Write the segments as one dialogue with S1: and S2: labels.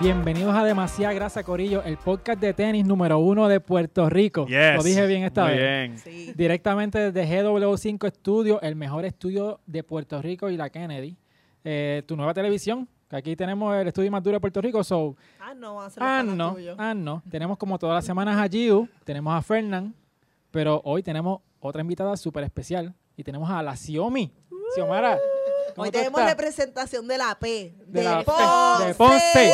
S1: Bienvenidos a Demasiada Grasa Corillo, el podcast de tenis número uno de Puerto Rico.
S2: Yes.
S1: Lo dije bien esta
S2: Muy
S1: vez.
S2: bien.
S3: Sí.
S1: Directamente desde GW5 Studio, el mejor estudio de Puerto Rico y la Kennedy. Eh, tu nueva televisión, que aquí tenemos el estudio más duro de Puerto Rico. So,
S3: Ah, no, van a ser los
S1: ah,
S3: panas
S1: no,
S3: tuyos.
S1: ah, no. Tenemos como todas las semanas a Giu, tenemos a Fernán, pero hoy tenemos otra invitada súper especial y tenemos a la Xiomi. Xiomara, ¿cómo
S3: Hoy
S1: tú
S3: tenemos
S1: estás?
S3: representación de la P. De,
S1: la P,
S3: Ponce.
S1: de Ponce.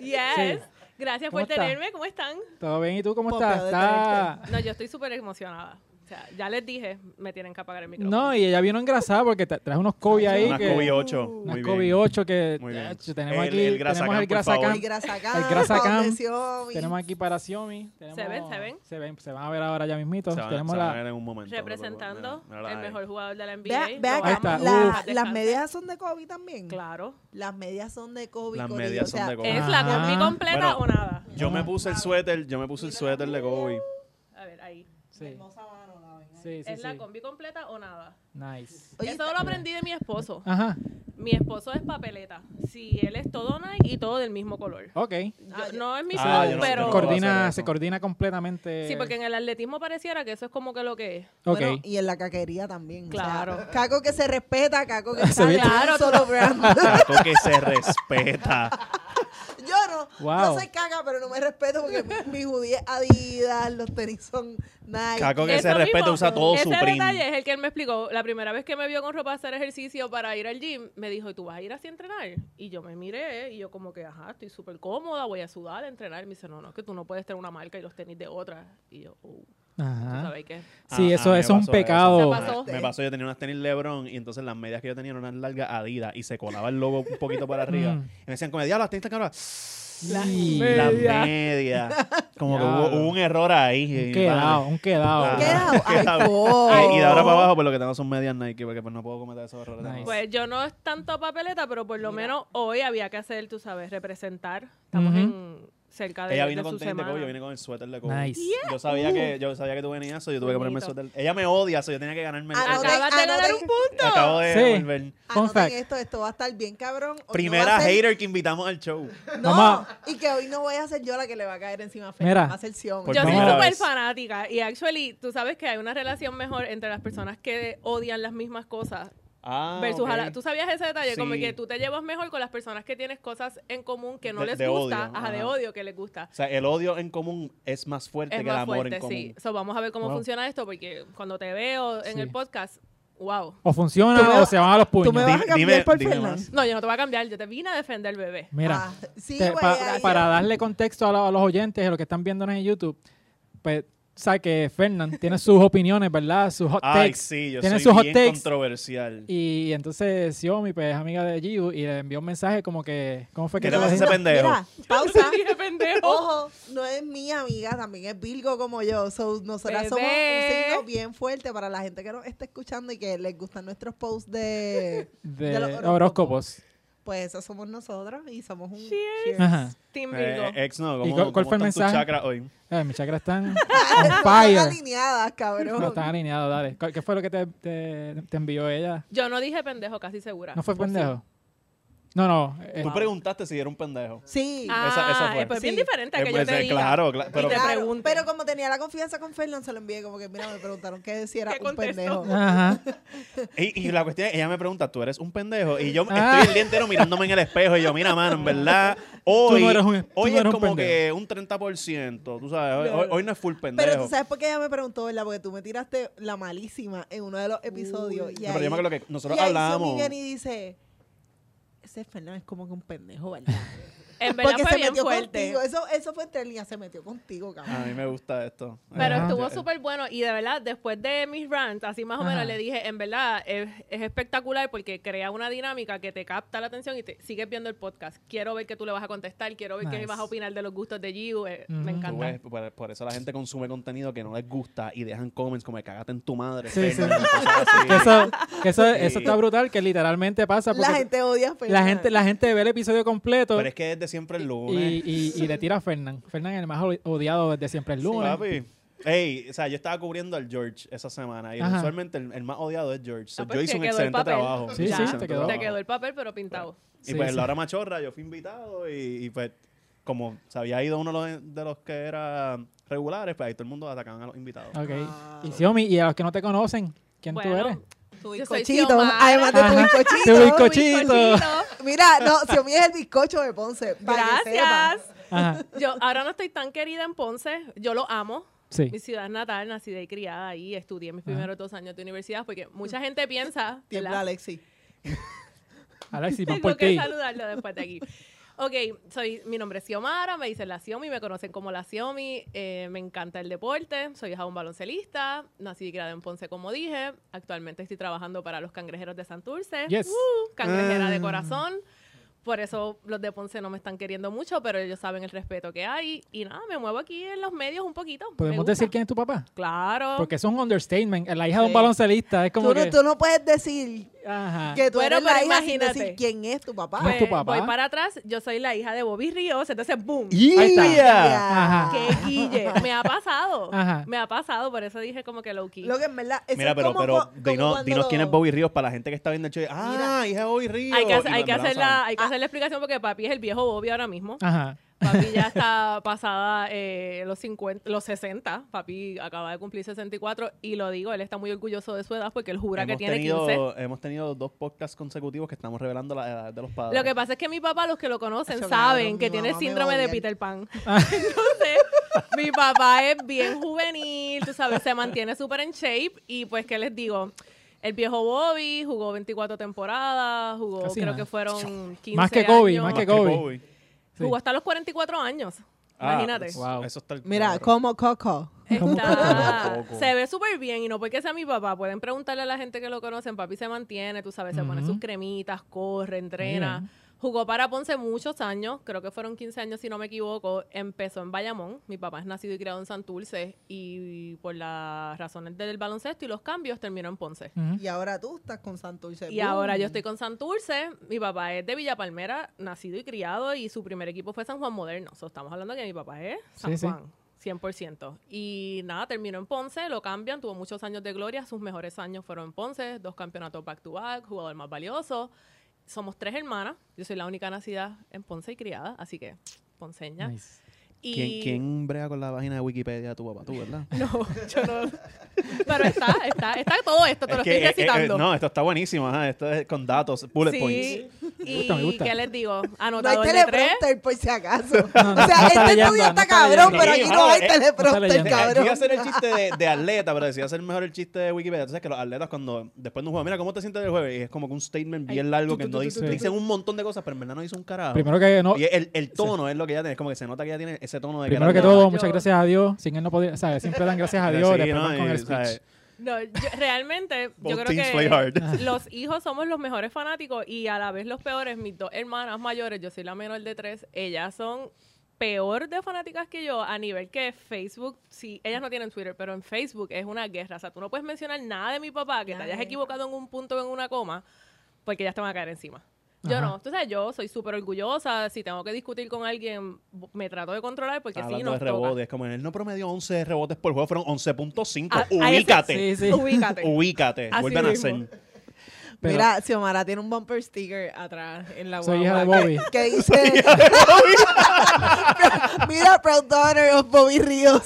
S4: Yes. Gracias
S1: ¿Cómo
S4: por
S1: está?
S4: tenerme. ¿Cómo están?
S1: ¿Todo bien? ¿Y tú cómo
S3: Pompeo
S1: estás?
S3: de
S1: Está-
S4: No, yo estoy súper emocionada. O sea, ya les dije, me tienen que apagar el micrófono.
S1: No, y ella vino engrasada porque tra- trajo unos Kobe ahí.
S2: Una
S1: que-
S2: COVID 8.
S1: unas
S2: Muy
S1: Kobe
S2: bien.
S1: 8 que
S2: Muy bien.
S1: ach, tenemos
S2: El-
S1: aquí.
S2: el grasa
S1: tenemos el
S2: cam, por
S1: grasa
S2: favor.
S1: cam,
S3: El grasacán.
S1: El grasacán.
S3: Foundación y-
S1: Tenemos aquí para Xiaomi. tenemos-
S4: ven, se ven.
S1: Se ven, se van a ver ahora ya mismito.
S2: Se van-
S1: tenemos
S2: se van a
S1: la,
S2: ver en un momento,
S4: Representando
S2: pero- mira, mira
S4: el
S2: ahí.
S4: mejor jugador de la NBA.
S3: Vea,
S4: lo
S3: vea
S1: Ahí
S3: acá,
S1: está.
S4: amamos,
S3: la-
S4: lo amamos,
S3: las
S4: descansa.
S3: medias son de COVID también.
S4: Claro.
S3: Las medias son de COVID.
S2: Las
S3: Corillo,
S2: medias
S3: o sea,
S2: son de Kobe.
S4: ¿Es
S1: Ah.
S4: la combi completa
S2: Bueno.
S4: o nada?
S2: Yo me puse el suéter, yo me puse el suéter de Kobe.
S4: A ver, ahí.
S1: sí,
S3: Hermosa mano, la ven ahí.
S1: sí, sí,
S4: ¿Es la
S1: sí.
S4: combi completa o nada?
S1: Nice.
S3: Oye,
S4: Eso lo aprendí de mi esposo.
S1: Ajá,
S4: Mi esposo es papeleta. Si él es todo Nike y todo del mismo color.
S1: ok.
S4: Yo-
S3: Ah, yo-
S4: no es mi
S2: Ah,
S4: flow,
S2: yo no-
S4: pero...
S2: yo no puedo hacer
S1: coordina,
S2: eso.
S1: se coordina completamente.
S4: Sí, porque en el atletismo pareciera que eso es como que lo que es.
S1: Ok.
S3: bueno, y en la caquería también. o sea,
S4: Claro.
S3: caco que se respeta, caco que está
S1: viste.
S3: claro, solo brand.
S2: Taco que se respeta.
S3: Yo no,
S1: Wow.
S3: no soy caca, pero no me respeto porque mi- mis judíes Adidas, los tenis son Nike.
S2: Caco que
S4: Eso
S2: se respeta
S4: mismo,
S2: usa todo
S4: ese
S2: su
S4: detalle
S2: print.
S4: es el que él me explicó. La primera vez que me vio con ropa hacer ejercicio para ir al gym, me dijo, "¿Y ¿tú vas a ir así a entrenar? Y yo me miré y yo como que, ajá, estoy súper cómoda, voy a sudar, a entrenar. Y me dice, no, no, es que tú no puedes tener una marca y los tenis de otra. Y yo, oh, tú
S1: Ajá.
S4: sabes qué.
S1: Sí,
S2: Ah,
S1: eso,
S2: ah,
S1: eso
S2: me
S1: es un
S2: pasó eso.
S1: pecado.
S4: Se pasó.
S2: Me pasó, yo tenía unas tenis Lebron y entonces las medias que yo tenía eran unas largas Adidas y se colaba el logo un poquito para arriba.
S1: Mm.
S2: Y me decían, como, diablo, las tenis están caras.
S1: Sí.
S2: Las medias. Como que hubo,
S1: Diablo.
S2: hubo un error ahí.
S1: Un
S2: y-
S1: quedado, un quedado.
S3: ¿Qué
S2: Ah.
S3: hago? Ay,
S2: Quedado.
S3: po.
S2: Y, y de ahora para abajo, pues lo que tengo son medias Nike, porque pues no puedo cometer esos errores. de
S1: Nice.
S2: nuevo.
S4: Pues yo no es tanto papeleta, pero por lo
S3: Mira.
S4: menos hoy había que hacer, tú sabes, representar. Estamos
S1: Ujú.
S4: en cerca de,
S2: Ella
S4: de
S2: vino
S4: su
S2: con tenis de
S4: semana.
S2: Kobe, yo vine con el suéter de Kobe.
S1: Nice.
S2: Yo sabía que yo sabía que tú venías, so yo tuve que ponerme el
S4: Bonito.
S2: suéter. Ella me odia, so yo tenía que ganarme el
S3: Anoten,
S2: suéter.
S4: Acabas de ganar
S3: anoten-
S4: un punto.
S2: Acabo de
S1: Sí.
S2: volver.
S1: Fun
S3: Anoten
S1: fact.
S3: esto, esto va a estar bien cabrón. Hoy no va
S2: Primera
S3: Oh, a ser-
S2: hater que invitamos al show.
S3: No,
S1: Mamá.
S3: y que hoy no voy a ser yo la que le va a caer encima a Fer,
S1: Mira.
S3: va a ser Sion.
S2: Por
S4: Yo soy
S2: primera
S4: súper
S2: vez.
S4: fanática y actually, tú sabes que hay una relación mejor entre las personas que odian las mismas cosas
S2: Ah,
S4: versus
S2: ok.
S4: a la- tú sabías ese detalle como
S2: Sí.
S4: que tú te llevas mejor con las personas que tienes cosas en común que no
S2: De-
S4: les
S2: de
S4: gusta,
S2: odio,
S4: ajá, de
S2: ajá.
S4: odio que les gusta.
S2: O sea, el odio en común es más fuerte
S4: Es
S2: que el
S4: más
S2: amor
S4: fuerte,
S2: en común.
S4: sí. So, vamos a ver cómo
S1: Wow.
S4: funciona esto porque cuando te veo en
S1: Sí.
S4: el podcast, wow.
S1: O funciona
S3: Tú me
S1: o
S3: vas-
S1: se van a los puños.
S3: me vas- a cambiar por Fernan?
S2: más.
S4: No, yo no te voy a cambiar, yo te vine a defender, bebé.
S1: Mira.
S3: Ah, sí,
S1: Te-
S3: güey,
S1: pa-
S3: ahí-
S1: para darle contexto a, lo- a los oyentes, a los que están viéndonos en YouTube, pues, sabe que Fernán tiene sus opiniones, ¿verdad? Sus hot
S2: Ay,
S1: takes.
S2: sí, yo
S1: Tienen
S2: soy
S1: sus hot
S2: bien
S1: takes.
S2: controversial.
S1: Y entonces Xiaomi, pues, es amiga de Giu y le envió un mensaje como que, ¿cómo fue que
S2: ¿Qué le
S1: te
S2: pasa a ese
S1: dijiste?
S2: pendejo?
S3: Mira, pausa.
S4: Dije, pendejo.
S3: Ojo, no es mi amiga, también es Virgo como yo. So, nosotras
S4: Bebé.
S3: somos un signo bien fuerte para la gente que nos está escuchando y que les gustan nuestros posts de...
S1: de,
S3: de los
S1: horóscopos?
S3: Pues eso somos nosotros y somos un...
S4: Cheers.
S1: Ajá.
S4: Team Virgo.
S2: Eh, ex, no,
S1: ¿Y
S2: ¿cómo,
S1: cuál-
S2: cómo
S1: cuál fue el
S2: están tus
S1: mensaje?
S2: chakras hoy?
S1: Ay, Eh, mis chakras están
S3: No
S1: on
S3: están
S1: fire.
S3: alineadas, cabrón.
S1: No están alineados, dale. ¿Cuál- ¿Qué fue lo que te, te- te envió ella?
S4: Yo no dije pendejo, casi segura. Pues
S1: ¿No fue
S4: Por si-
S1: pendejo? No, no. eh,
S2: Tú preguntaste si era un pendejo.
S3: Sí.
S4: Ah,
S2: Esa- esa fue.
S4: eh, pues bien
S3: Sí.
S4: diferente a
S2: Eh,
S4: que yo
S2: pues,
S4: te
S2: eh,
S4: diga.
S2: claro, claro. Pero,
S4: te
S3: Claro,
S4: pregunte.
S3: pero como tenía la confianza con Fernán, se lo envié como que, mira, me preguntaron que si era
S4: ¿Qué
S3: un
S4: contestó?
S3: pendejo.
S1: Ajá.
S2: Y, y la cuestión es, ella me pregunta, ¿tú eres un pendejo? Y yo
S1: Ah.
S2: estoy el día entero mirándome en el espejo y yo, mira, mano, en verdad, hoy,
S1: no eres un- tú
S2: hoy
S1: no eres
S2: es
S1: un
S2: como que un 30%, tú sabes, hoy, hoy- hoy no es full pendejo.
S3: Pero tú sabes por qué ella me preguntó, ¿verdad? Porque tú me tiraste la malísima en uno de los episodios. y
S2: No, pero
S3: ahí-
S2: yo me acuerdo que nosotros
S3: y ahí
S2: hablábamos.
S3: Sony viene y dice, ese Fernán es como que un pendejo, ¿verdad?
S4: En verdad
S3: Porque
S4: fue
S3: se
S4: bien
S3: metió
S4: fuerte.
S3: contigo. Eso, eso fue entre líneas, se metió contigo, cabrón.
S2: A mí me gusta esto.
S4: Pero
S1: Ajá.
S4: estuvo súper bueno y de verdad, después de mis rants, así más o
S1: Ajá.
S4: menos le dije, en verdad es, es espectacular porque crea una dinámica que te capta la atención y te sigues viendo el podcast. Quiero ver que tú le vas a contestar, quiero ver
S1: Nice.
S4: qué vas a opinar de los gustos de Giu, eh, me
S1: Ujú.
S2: Tú
S4: encanta.
S2: ves, por, por eso la gente consume contenido que no les gusta y dejan comments como, cágate en tu madre.
S1: Sí, sí.
S2: Fernan", cosas así.
S1: Que eso, que eso,
S2: Sí.
S1: eso está brutal, que literalmente pasa. Porque
S3: la gente odia a Fernán.
S1: La gente, la gente ve el episodio completo
S2: Pero es que desde siempre el
S1: y,
S2: lunes.
S1: y- y le tira a Fernán. Fernán es el más odi- odiado desde siempre el lunes.
S2: Papi, Ey, o sea, yo estaba cubriendo al George esa semana y
S1: Ajá.
S2: usualmente el, el más odiado es George. So,
S4: Ah, pues
S2: yo hice
S4: te
S2: un
S4: quedó el
S2: excelente
S4: papel.
S2: trabajo.
S1: Sí,
S2: Hice
S1: sí,
S2: un
S1: te
S2: excelente
S1: quedó.
S4: Te
S2: trabajo.
S4: quedó el papel, pero pintado.
S2: Y
S1: Sí,
S2: pues
S1: sí.
S2: Laura Machorra, yo fui invitado y, y, pues como se había ido uno de los- de los que era regulares, pues ahí todo el mundo atacaban a los invitados.
S1: Ok.
S3: Ah.
S1: Y Xiomi, y a los que no te conocen, ¿quién tú
S4: Bueno,
S1: eres?
S3: Tu
S4: Yo soy
S3: bizcochito,
S4: Xiomara.
S3: además de tu
S1: Ajá.
S3: bizcochito.
S1: Tu
S4: Tu
S1: bizcochito.
S3: Mira, no, Xiomí es el bizcocho de Ponce. para que sepan.
S4: Gracias.
S1: Ajá.
S4: Yo ahora no estoy tan querida en Ponce. Yo lo amo.
S1: Sí.
S4: Mi ciudad natal, nací y criada ahí, estudié mis
S1: Ajá.
S4: primeros dos años de universidad, porque mucha gente piensa,
S3: Tiembla,
S4: ¿verdad?
S3: Alexi.
S1: Alexis, más por
S4: Tengo que
S1: ti.
S4: saludarlo después de aquí. Ok, soy, mi nombre es Xiomara, me dicen la Xiomi, me conocen como la Xiomi, eh, me encanta el deporte, soy hija de un baloncelista, nací y criada en Ponce, como dije, actualmente estoy trabajando para los cangrejeros de Santurce,
S1: Yes.
S4: Uh, cangrejera de
S2: Ah.
S4: corazón, por eso los de Ponce no me están queriendo mucho, pero ellos saben el respeto que hay, y nada, me muevo aquí en los medios un poquito. me
S1: ¿Podemos
S4: gusta.
S1: decir quién es tu papá?
S4: Claro.
S1: Porque eso es un understatement. La hija de un
S3: Sí.
S1: baloncelista es como
S3: Tú, no-
S1: que...
S3: tú no puedes decir
S2: Ah.
S1: Ajá.
S3: que tú
S4: Bueno,
S3: eres la
S4: pero
S3: hija sin
S4: imagínate.
S3: decir quién es tu papá.
S2: Pues,
S1: ¿Quién es tu papá?
S4: Pues, Voy para atrás, yo soy la hija de Bobby Ríos, entonces boom.
S1: Ahí está.
S2: ¡Ya!
S1: Ajá.
S4: que
S3: Ah.
S4: Guille, me ha pasado.
S1: Ajá.
S4: Me ha pasado, por eso dije como que low key.
S3: Lo que en verdad. eso
S2: Mira,
S3: es
S2: pero,
S3: como
S2: pero
S3: cu- como
S2: dinos,
S3: cuando
S2: dinos
S3: lo-
S2: quién es Bobby Ríos para la gente que está viendo el show. Ah, hija de Bobby Ríos.
S4: hay que,
S2: Y
S4: hacer,
S2: no,
S4: hay
S2: en
S4: que
S2: verdad no
S4: hacer la,
S2: saben.
S4: hay que hacer la explicación porque papi es el viejo Bobby ahora mismo.
S1: Ajá.
S4: Papi ya está pasada eh, los 50, los 60. Papi acaba de cumplir 64 y lo digo, él está muy orgulloso de su edad porque él jura que
S2: Hemos
S4: tiene 15.
S2: tenido, hemos tenido dos podcasts consecutivos que estamos revelando la edad de los padres.
S4: Lo que pasa es que mi papá, los que lo conocen,
S3: Eso,
S4: saben
S3: cabrón,
S4: que
S3: mi
S4: tiene el
S3: mamá me
S4: síndrome de
S3: odia.
S4: Peter Pan. Entonces, mi papá es bien juvenil, tú sabes, se mantiene súper en shape. Y pues, ¿qué les digo? El viejo Bobby jugó 24 temporadas, jugó,
S1: Casi
S4: creo
S1: nada.
S4: que fueron 15
S1: Más que Kobe,
S4: años.
S1: más que Kobe. Sí.
S4: Jugó hasta los 44 años.
S2: Ah,
S4: Imagínate.
S2: eso-
S1: Wow.
S2: Eso está el
S3: Mira,
S2: cabrón.
S3: como Coco.
S1: ¿Cómo
S4: Está-
S2: que tampoco?
S4: se ve súper bien y no porque sea mi papá, pueden preguntarle a la gente que lo conocen, papi se mantiene, tú sabes, se pone
S1: Ujú.
S4: sus cremitas, corre, entrena.
S1: Bien.
S4: Jugó para Ponce muchos años, creo que fueron 15 años si no me equivoco, empezó en Bayamón, mi papá es nacido y criado en Santurce y por las razones del baloncesto y los cambios terminó en Ponce.
S1: Ujú.
S3: Y ahora tú estás con Santurce.
S4: Y ahora yo estoy con Santurce, mi papá es de Villa Palmera, nacido y criado, y su primer equipo fue San Juan Moderno. So, estamos hablando que mi papá es San
S1: Sí, sí.
S4: Juan, 100%. Y nada, terminó en Ponce, lo cambian, tuvo muchos años de gloria, sus mejores años fueron en Ponce, dos campeonatos back to back, jugador más valioso. Somos tres hermanas, yo soy la única nacida en Ponce y criada, así que ponceña.
S1: Nice.
S4: Y
S2: ¿Quién, quién brega con la página de Wikipedia de tu papá? Tú, ¿verdad?
S4: No, yo no. Pero está, está, está todo esto, te
S2: Es
S4: lo
S2: que,
S4: estoy
S2: eh, eh,
S4: recitando.
S2: no, esto está buenísimo. ajá, Esto es con datos, bullet
S4: Sí,
S2: points.
S4: Y
S1: gusta, me gusta.
S4: qué les digo,
S3: No hay
S4: anotador de tres.
S3: teleprompter, por si acaso.
S1: no,
S3: O
S1: no está
S3: sea, este
S1: leyendo,
S3: estudio
S1: no
S3: está
S1: está
S3: cabrón,
S1: leyendo.
S3: pero aquí no hay
S2: Sí, eh, claro,
S1: no
S3: teleprompter,
S1: está
S2: Yo iba a
S3: cabrón.
S2: hacer el chiste de, de atleta, pero decía hacer mejor el chiste de Wikipedia. Entonces, que los atletas, cuando después de un juego, mira, ¿cómo te sientes del jueves? Y es como que un statement bien largo que no dice.
S1: tú, tú,
S2: Dicen un montón de cosas, pero en verdad no dice un carajo.
S1: Primero que no,
S2: y el, el tono es lo que ella tiene. Es como que se nota que ella tiene ese tono de
S1: primero que
S4: No,
S1: todo,
S4: yo-
S1: muchas gracias a Dios. Sin él no podía, ¿sabes? Siempre dan gracias a Dios,
S2: Sí,
S1: después
S2: ¿no?
S1: van con
S2: Y,
S1: el
S2: ¿sabes?
S1: speech.
S4: No, yo- realmente, yo
S2: Both
S4: creo
S2: teams
S4: que
S2: play hard.
S4: los hijos somos los mejores fanáticos y a la vez los peores. Mis dos hermanas mayores, yo soy la menor de tres, ellas son peor de fanáticas que yo a nivel que Facebook, sí, ellas no tienen Twitter, pero en Facebook es una guerra. O sea, tú no puedes mencionar nada de mi papá que
S3: Nada.
S4: te hayas equivocado en un punto o en una coma porque ya te van a caer encima. Yo
S1: Ajá.
S4: no, tú sabes, yo soy súper orgullosa, si tengo que discutir con alguien, bo- me trato de controlar porque sí,
S2: Hablando
S4: nos
S2: de
S4: toca.
S2: rebotes, como en él no promedió 11 rebotes por juego, fueron 11.5.
S4: A- a
S1: Ah,
S4: ese-
S2: ubícate,
S1: Sí, sí.
S4: Ubícate.
S2: ubícate,
S4: Así
S2: vuelven a
S4: mismo.
S2: hacer.
S1: Pero
S3: Mira, Xiomara tiene un bumper sticker atrás en la
S1: soy hija de
S3: guagua
S1: Bobby.
S3: Que dice. Mira, Proud Daughter of Bobby Ríos.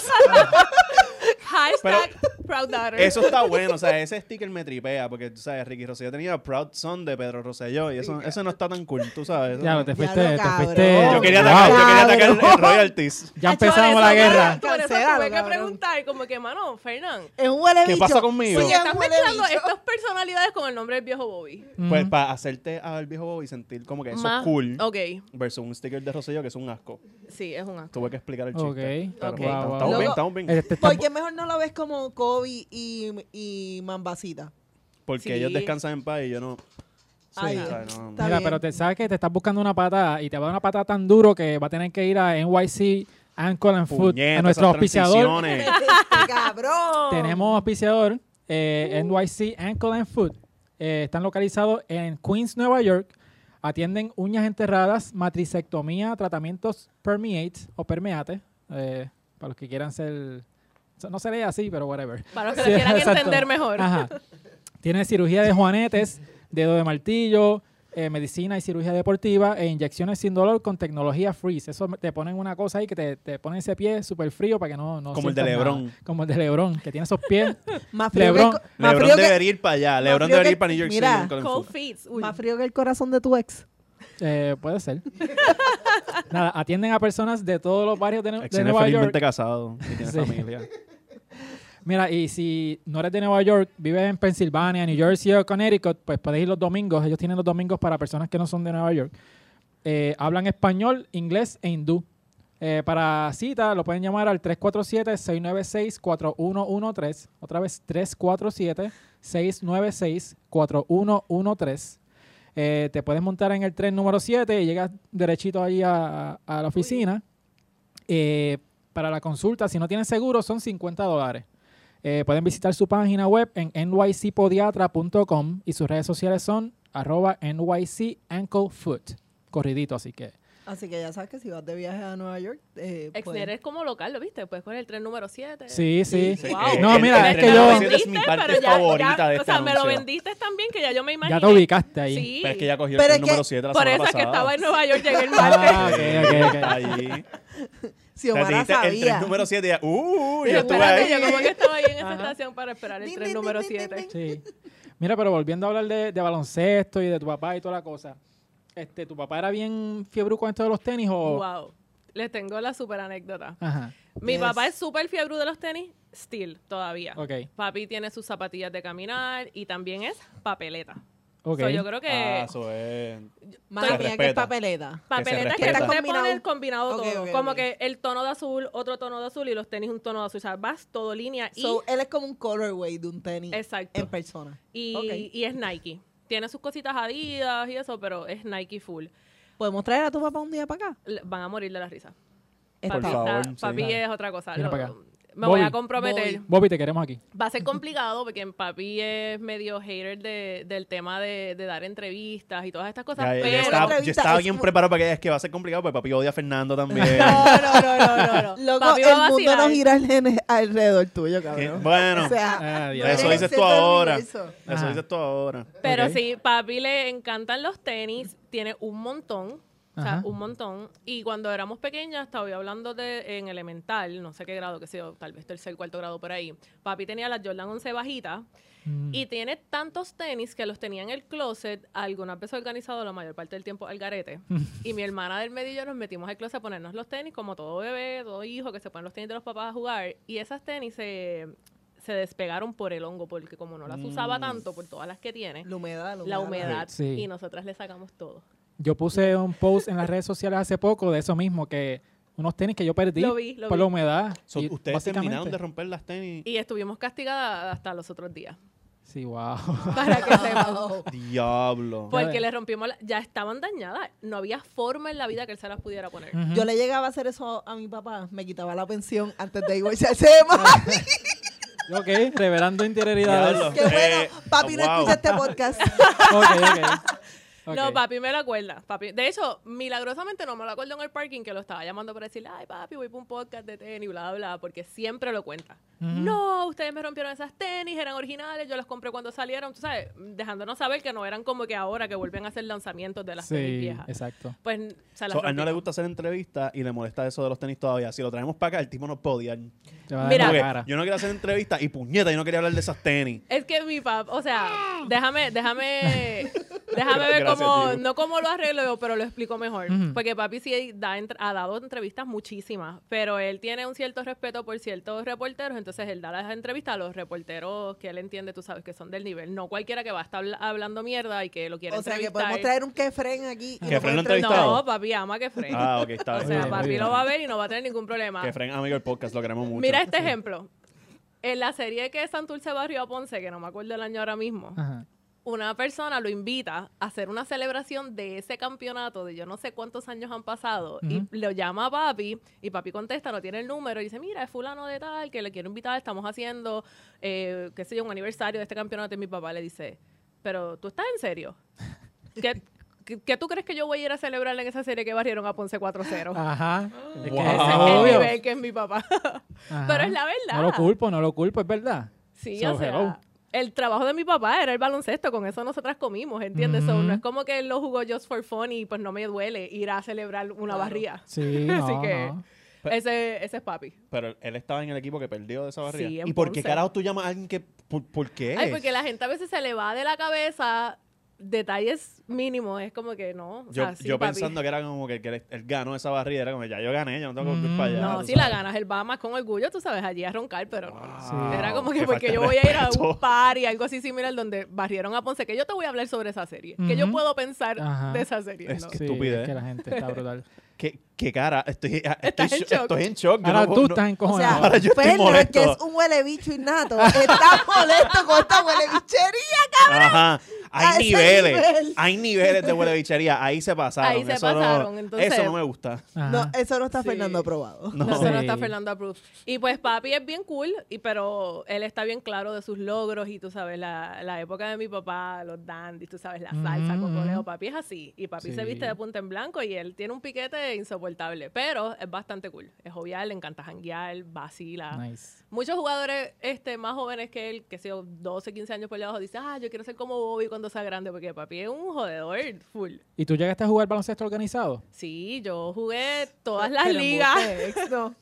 S4: Hashtag Proud Daughter.
S2: Eso está bueno, o sea, ese sticker me tripea, porque tú sabes, Ricky Rosselló tenía Proud Son de Pedro Rosselló, y eso, eso no está tan cool, tú sabes. eso
S1: Ya,
S2: no-
S1: te
S3: Ya
S1: fuiste,
S3: lo
S1: te
S3: cabrón.
S1: fuiste.
S2: yo, quería
S1: Wow.
S2: atacar, yo quería
S3: Cabrón.
S2: atacar el, el royalties.
S1: Ya
S4: Hacho,
S1: empezamos
S4: por
S1: la
S4: eso,
S1: guerra.
S4: Por eso
S3: Cancélalo,
S4: tuve que
S3: cabrón.
S4: preguntar, como que, mano, Fernán,
S3: Es un huele
S2: ¿Qué
S3: bicho.
S2: pasa conmigo?
S3: Sí,
S4: porque
S3: es un
S4: estás
S3: huele
S4: mezclando
S3: bicho.
S4: estas personalidades con el nombre del viejo Bobby.
S2: Pues
S1: Ujú.
S2: para hacerte al viejo Bob y sentir como que eso
S4: Más-
S2: es cool,
S4: Ok,
S2: versus un sticker de Rosselló que es un asco.
S4: sí, es un asco.
S2: Tuve que explicar el chiste.
S1: Ok,
S2: Pero
S1: ok. Wow,
S2: pues,
S1: wow.
S2: estamos bien,
S3: Luego-
S2: estamos bien.
S1: Este está-
S3: ¿Por Pues qué mejor no lo ves como Kobe y, y Mambasita?
S2: Porque
S4: Sí.
S2: ellos descansan en paz y yo no.
S3: Ay,
S2: o sea, no-
S3: está
S1: Mira,
S3: bien.
S1: pero te sabes que te estás buscando una patada y te va a dar una patada tan duro que va a tener que ir a NYC Ankle and Foot,
S2: Puñeta,
S1: a nuestro
S2: esas
S1: auspiciador.
S2: transiciones.
S3: Este cabrón.
S1: Tenemos auspiciador
S3: Uh.
S1: eh, NYC Ankle and Foot. Eh, están localizados en Queens, Nueva York. Atienden uñas enterradas, matricectomía, tratamientos permeates o permeate. eh, para los que quieran ser So, No se lee así, pero whatever.
S4: Para los que
S1: Sí,
S4: lo quieran
S1: exacto.
S4: entender mejor.
S1: Ajá. Tiene cirugía de juanetes, dedo de martillo, eh, medicina y cirugía deportiva e inyecciones sin dolor con tecnología freeze. Eso te ponen una cosa ahí que te, te ponen ese pie súper frío para que no, no
S2: Como el de
S1: sientas nada.
S2: Lebrón.
S1: Como el de Lebron, que tiene esos pies.
S3: Más frío
S1: Lebron-
S3: que, el co- más
S2: Lebron
S3: frío que-
S2: debería ir para allá. Lebron
S3: frío
S2: debería
S3: que-
S2: ir para New York
S3: Mira.
S2: City. nunca lo
S4: Cold
S2: enfocó.
S4: feet. Uy.
S3: más frío que el corazón de tu ex.
S1: Eh, puede ser. Nada, atienden a personas de todos los barrios de, Nue- de
S2: Jackson es
S1: Nueva York.
S2: felizmente casado y tiene
S1: Sí.
S2: familia.
S1: Mira, y si no eres de Nueva York, vives en Pensilvania, New Jersey o Connecticut, pues puedes ir los domingos. Ellos tienen los domingos para personas que no son de Nueva York. Eh, hablan español, inglés e hindú. Eh, para cita lo pueden llamar al 347-696-4113. Otra vez, 347-696-4113. Eh, te puedes montar en el tren número 7 y llegas derechito ahí a, a la oficina. Eh, para la consulta, si no tienes seguro, son 50 dólares. Eh, pueden visitar su página web en nycpodiatra.com y sus redes sociales son arroba nycanklefoot. Corridito, así que
S3: Así que ya sabes que si vas de viaje a Nueva York, eh,
S4: Exner es como local, ¿lo viste? Puedes coger el tren número 7.
S1: Sí, sí.
S2: Sí. Eh,
S4: Wow.
S1: No,
S4: El-
S1: mira,
S4: el-
S1: es que
S4: me
S1: yo-
S4: lo
S2: Esa es mi
S4: vendiste,
S2: parte
S4: pero ya-
S2: favorita
S4: ya-
S2: de este
S4: O sea, me lo
S2: anuncio.
S4: vendiste también que ya yo me imaginé.
S1: ya te ubicaste ahí.
S4: Sí.
S2: Pero Pues es que ya cogió
S3: Pero
S2: el
S3: es
S2: tren número
S3: que-
S2: 7 la
S4: Por
S2: semana
S4: eso es que
S2: pasada.
S4: estaba en Nueva York, llegué el martes.
S1: Ah, ok, ok, ok.
S2: Ahí.
S3: si Omar
S2: Te dijiste el tren
S3: sabía.
S2: número 7 y ya, ¡uh!
S4: Yo
S2: Yo estuve
S4: espérate, yo
S2: ahí.
S4: como que estaba ahí en esa
S1: Ajá.
S4: estación para esperar el
S3: Ding,
S4: tren
S3: ding,
S4: número
S3: ding, ding,
S4: 7.
S3: ding.
S1: Sí. Mira, pero volviendo a hablar de, de baloncesto y de tu papá y toda la cosa. Este, ¿Tu papá era bien fiebre con esto de los tenis o...?
S4: Wow. Les tengo la super anécdota.
S1: Ajá,
S4: Mi
S3: Yes.
S4: papá es súper fiebre de los tenis, still, todavía.
S1: ok,
S4: Papi tiene sus zapatillas de caminar y también es papeleta.
S1: ok.
S4: So, yo creo que
S2: Ah, eso es.
S3: Madre
S2: Se
S3: mía, que
S2: respeta.
S3: papeleta.
S4: papeleta
S2: se
S4: que,
S2: respeta.
S4: tú le
S3: Combinado.
S4: pones el combinado
S3: Ok,
S4: todo.
S3: ok,
S4: como
S3: ok.
S4: que el tono de azul, otro tono de azul y los tenis un tono de azul. O sea, vas todo línea y...
S3: So, él es como un colorway de un tenis en
S4: exacto.
S3: persona.
S4: Y,
S3: ok.
S4: y es Nike. Tiene sus cositas adidas y eso, pero es Nike full.
S3: ¿Podemos traer a tu papá un día para acá?
S4: Le- Van a morir de la risa.
S3: Está-
S4: Papi,
S2: favor.
S4: está-
S2: sí.
S4: papi
S2: Dale.
S4: es otra cosa.
S1: Viene
S4: Lo-
S1: para acá.
S4: me
S1: Bobby.
S4: voy a comprometer.
S3: Bobby.
S1: Bobby, te queremos aquí.
S4: Va a ser complicado porque papi es medio hater de- del tema de, de dar entrevistas y todas estas cosas.
S2: Ya, ya
S4: pero
S2: estaba- yo
S3: entrevista
S2: estaba
S3: es
S2: bien
S3: muy-
S2: preparado para que es que va a ser complicado porque papi odia a Fernando también.
S3: No, no, no, no, no, no. Loco,
S4: Papi va a
S3: el mundo no
S4: vacilar.
S3: gira al- en- alrededor tuyo,
S2: Que-
S3: cabrón.
S2: bueno,
S3: O sea,
S1: Ah,
S3: no
S1: Dios.
S3: eres
S2: eso
S3: el
S2: dices tú
S3: centro del
S2: ahora.
S3: universo.
S2: eso
S1: Ajá.
S2: dices tú ahora.
S4: Pero
S1: Ok.
S4: sí, papi le encantan los tenis, tiene un montón, o sea,
S1: Ajá.
S4: un montón. Y cuando éramos pequeñas, estaba hablando de en elemental, no sé qué grado, que sé yo, tal vez tercer, cuarto grado por ahí. Papi tenía las Jordan 11 bajitas
S1: Mm.
S4: y tiene tantos tenis que los tenía en el closet, algunas veces organizado la mayor parte del tiempo al garete. y mi hermana del medio y yo nos metimos al closet a ponernos los tenis, como todo bebé, todo hijo, que se ponen los tenis de los papás a jugar. Y esas tenis se, se despegaron por el hongo, porque como no las usaba
S2: Mm.
S4: tanto, por todas las que tiene
S3: La humedad, la humedad.
S4: la humedad
S1: Sí.
S4: y nosotras le sacamos todo.
S1: Yo puse un post en las redes sociales hace poco de eso mismo, que unos tenis que yo perdí
S4: Lo vi, lo
S1: por
S4: vi.
S1: la humedad.
S2: So,
S1: y
S2: ustedes
S1: básicamente-
S2: terminaron de romper las tenis.
S4: Y estuvimos castigadas hasta los otros días.
S1: Sí, wow.
S4: Para que sepan.
S3: Wow.
S2: Diablo.
S4: Porque le rompimos, la- ya estaban dañadas. No había forma en la vida que él se las pudiera poner.
S1: Ujú.
S3: Yo le llegaba a hacer eso a mi papá, me quitaba la pensión antes de divorciarse de mami.
S1: Ok, revelando interioridades.
S2: Diablo.
S3: Qué bueno,
S2: Eh,
S3: papi, no
S2: wow.
S3: escucha este podcast.
S1: Ok, ok. Ok.
S4: No, papi me lo acuerda. Papi. De hecho, milagrosamente no me lo acuerdo en el parking que lo estaba llamando para decirle, ay papi, voy para un podcast de tenis, bla, bla, bla, porque siempre lo cuenta.
S1: Ujú.
S4: No, ustedes me rompieron esas tenis, eran originales, yo las compré cuando salieron, tú sabes, dejándonos saber que no eran como que ahora que vuelven a hacer lanzamientos de las tenis
S1: Sí,
S4: viejas.
S1: exacto.
S4: Pues se las
S2: So, a él no le
S4: rompimos.
S2: gusta hacer entrevistas y le molesta eso de los tenis todavía. Si lo traemos para acá, el tipo no podía.
S1: Te va a dar
S4: Mira.
S1: en
S2: Como
S1: la
S2: que,
S1: cara.
S2: yo no quería hacer entrevistas y puñeta, yo no quería hablar de esas tenis.
S4: Es que mi papá, o
S3: Ah.
S4: sea, déjame, déjame, déjame ver
S2: Gracias,
S4: cómo,
S2: Diego.
S4: no cómo lo arreglo, pero lo explico mejor.
S1: Ujú.
S4: Porque papi sí da, entr- ha dado entrevistas muchísimas, pero él tiene un cierto respeto por ciertos reporteros, entonces él da las entrevistas a los reporteros que él entiende, tú sabes, que son del nivel. No cualquiera que va a estar habla- hablando mierda y que lo quiere
S3: O sea, que
S4: entrevistar.
S3: podemos traer un Kefren aquí. y
S2: Kefren
S3: puede
S2: lo
S3: entrevistar.
S2: entrevistado.
S4: No, papi ama que Fren.
S2: Ah, ok, está
S4: o
S2: bien.
S4: sea,
S1: Muy
S4: papi
S1: bien.
S4: lo va a ver y no va a tener ningún problema.
S2: Que Fren, amigo del podcast, lo queremos mucho.
S4: Mira este ejemplo. En la serie que Santurce Barrio a Ponce, que no me acuerdo el año ahora mismo,
S1: Ajá.
S4: una persona lo invita a hacer una celebración de ese campeonato de yo no sé cuántos años han pasado
S1: Ujú.
S4: y lo llama a papi y papi contesta, no tiene el número y dice, mira, es fulano de tal que le quiero invitar, estamos haciendo, eh, qué sé yo, un aniversario de este campeonato y mi papá le dice, pero tú estás en serio. ¿Qué, ¿Qué, qué tú crees que yo voy a ir a celebrar en esa serie que barrieron a Ponce 4-0?
S1: Ajá. Es que
S4: Ese
S1: ese es
S4: es el
S1: Ah. obvio.
S4: nivel que es mi papá.
S1: Ajá.
S4: Pero es la verdad.
S1: No lo culpo, no lo culpo, es verdad.
S4: Sí,
S1: So,
S4: o sea,
S1: hello.
S4: el trabajo de mi papá era el baloncesto, con eso nosotras comimos, ¿entiendes? So,
S1: Ujú.
S4: no es como que él lo jugó just for fun y pues no me duele ir a celebrar una barría.
S1: Sí,
S4: Así
S1: no,
S4: que-
S1: no.
S2: Pe-
S4: Ese, ese es papi.
S2: Pero él estaba en el equipo que perdió de esa barriga.
S4: Sí, en
S2: ¿Y por qué
S4: Ponce.
S2: carajo tú llamas a alguien que.? ¿Por, por qué?
S4: Ay, porque la gente a veces se le va de la cabeza detalles mínimos, es como que no. o
S2: Yo,
S4: sea, Ah, sí,
S2: yo
S4: papi.
S2: pensando que era como que, que él, él ganó esa barriga, era como ya yo gané, yo no tengo que
S1: Mm.
S2: ir para allá.
S4: No,
S2: tú
S4: si la
S2: sabes.
S4: ganas, él va más con orgullo, tú sabes, allí a roncar, pero no, no.
S1: Sí.
S4: Era como que
S2: Qué
S4: porque
S2: falta
S4: yo
S2: de
S4: voy a ir a
S2: respeto.
S4: un par y algo así similar donde barrieron a Ponce, que yo te voy a hablar sobre esa serie. Que yo
S1: Ujú.
S4: puedo pensar
S1: Mm-hmm. Ajá.
S4: de esa serie.
S2: Es
S4: ¿no?
S2: Qué ¿eh?
S1: Sí,
S2: estupidez.
S1: es que la gente está brutal.
S2: ¿Qué, qué cara? Estoy, estoy,
S4: Estás en
S2: sho-
S4: shock.
S2: estoy en shock. yo
S1: Ahora
S2: no-
S1: tú
S2: no-
S1: estás
S3: O sea,
S1: encojonado.
S2: Ahora yo estoy
S3: Fernan,
S2: molesto.
S3: que es un huele bicho innato, está molesto con esta huele bichería.
S2: Ajá.
S3: A ese
S2: Hay niveles.
S3: nivel.
S2: Hay niveles de huele bichería. Ahí se pasaron.
S4: Ahí se
S2: eso
S4: pasaron,
S2: No,
S4: entonces-
S2: Eso no me gusta.
S1: Ajá.
S3: No, eso no está
S4: Sí.
S3: Fernando aprobado.
S4: No,
S1: No.
S4: eso no está
S1: Sí.
S4: Fernando Approved. Y pues papi es bien cool, y, pero él está bien claro de sus logros y tú sabes, la, la época de mi papá, los dandies, tú sabes, la salsa,
S1: Ujú.
S4: cocoleo, papi es así. Y papi se
S1: Mm. Sí.
S4: viste de punta en blanco y él tiene un piquete insoportable, pero es bastante cool. Es jovial, le encanta janguear, vacila.
S1: Nice.
S4: Muchos jugadores este, más jóvenes que él, que sé yo, 12, 15 años por debajo, dicen, ah, yo quiero ser como Bobby cuando sea grande, porque papi es un jodedor full.
S1: ¿Y tú llegaste a jugar baloncesto organizado?
S4: Sí, yo jugué todas las
S3: Pero
S4: ligas.
S3: embuste, ex, no.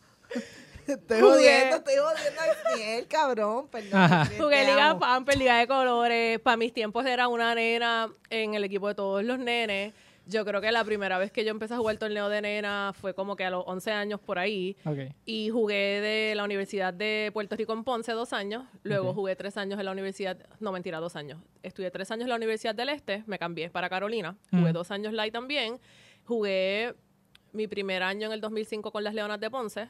S3: Estoy
S4: Jugué.
S3: jodiendo, estoy jodiendo a Fiel, cabrón. Perdón,
S1: Ajá.
S3: Fiel, te
S4: Jugué Liga
S3: amo.
S4: Pamper, Liga de Colores. Para mis tiempos era una nena en el equipo de todos los nenes. Yo creo que la primera vez que yo empecé a jugar torneo de nena fue como que a los 11 años por ahí.
S1: Ok.
S4: Y jugué de la Universidad de Puerto Rico en Ponce dos años. Luego
S1: Ok.
S4: jugué tres años en la Universidad. No, mentira, dos años. Estudié tres años en la Universidad del Este. Me cambié para Carolina. Jugué
S1: Mm.
S4: dos años light también. Jugué mi primer año en el 2005 con las Leonas de Ponce.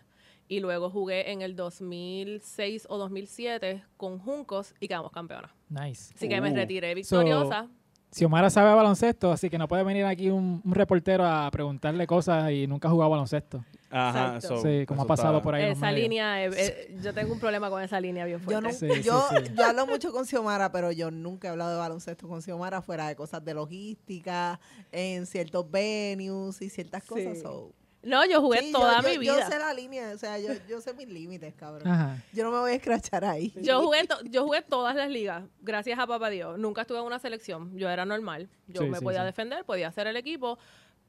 S4: Y luego jugué en el 2006 o 2007 con Juncos y quedamos campeonas.
S1: Nice.
S4: Así que me
S2: Uh.
S4: retiré
S1: So,
S4: victoriosa.
S1: Xiomara sabe baloncesto, así que no puede venir aquí un, un reportero a preguntarle cosas y nunca ha jugado baloncesto.
S2: Ajá.
S4: Exacto.
S2: so,
S1: sí, como ha
S2: eso
S1: pasado
S2: está-
S1: por ahí. en los
S4: esa
S1: medios.
S4: línea, eh, eh, yo tengo un problema con esa línea bien
S3: Yo,
S4: fuerte.
S3: no,
S1: Sí, sí,
S3: yo,
S1: sí.
S3: yo hablo mucho con Xiomara, pero yo nunca he hablado de baloncesto con Xiomara fuera de cosas de logística, en ciertos venues y ciertas
S4: Sí.
S3: cosas. so.
S4: No, yo jugué
S3: Sí, yo-
S4: toda
S3: yo-
S4: mi vida.
S3: Yo sé la línea, o sea, yo, yo sé mis límites, cabrón.
S1: Ajá.
S3: Yo no me voy a escrachar ahí.
S4: Yo jugué, to- yo jugué todas las ligas, gracias a papá Dios. Nunca estuve en una selección, yo era normal. Yo
S1: Sí,
S4: me
S1: sí,
S4: podía
S1: sí.
S4: defender, podía hacer el equipo.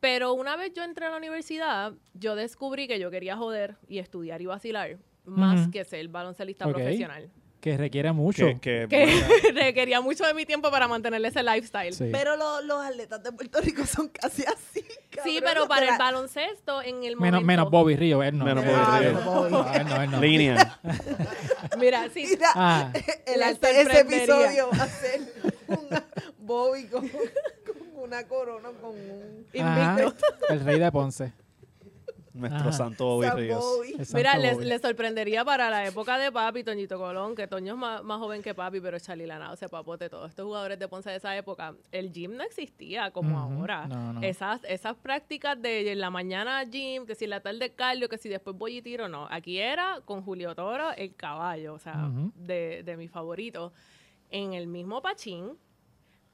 S4: Pero una vez yo entré a la universidad, yo descubrí que yo quería joder y estudiar y vacilar, más
S1: Ujú.
S4: que ser baloncelista
S1: Ok.
S4: profesional.
S1: Que requiere mucho.
S2: Que, que-
S4: Que requería mucho de mi tiempo para mantener ese lifestyle.
S1: Sí.
S3: Pero lo- los atletas de Puerto Rico son casi así.
S4: Sí,
S3: cabrón,
S4: pero
S3: los
S4: para
S3: de
S4: el
S3: la-
S4: baloncesto, en el momento...
S1: menos, menos Bobby Río, él no.
S2: Menos
S3: Bobby
S1: Ah,
S3: Río.
S1: no,
S3: Bobby.
S1: no, él no, él no.
S2: Línea.
S4: Mira, sí,
S3: Mira,
S1: Ah,
S3: el
S4: Les
S3: arte de ese
S4: sorprendería.
S3: episodio va a ser una Bobby con, con una corona, con un
S1: ajá,
S4: invicto.
S1: el rey de Ponce.
S2: Nuestro
S1: Ajá.
S2: santo Bobby
S3: San
S2: Ríos.
S3: Bobby.
S1: el santo
S4: Mira, les,
S1: Bobby.
S4: les sorprendería para la época de Papi, Toñito Colón, que Toño es más, más joven que Papi, pero Charly Lanao, se papote, todos estos jugadores de Ponce de esa época, el gym no existía como
S1: Ujú,
S4: ahora.
S1: no, no.
S4: Esas, esas prácticas de en la mañana gym, que si en la tarde cardio, que si después voy y tiro, no. Aquí era con Julio Toro el caballo, o sea,
S1: Ujú.
S4: de, de mis favoritos. En el mismo pachín,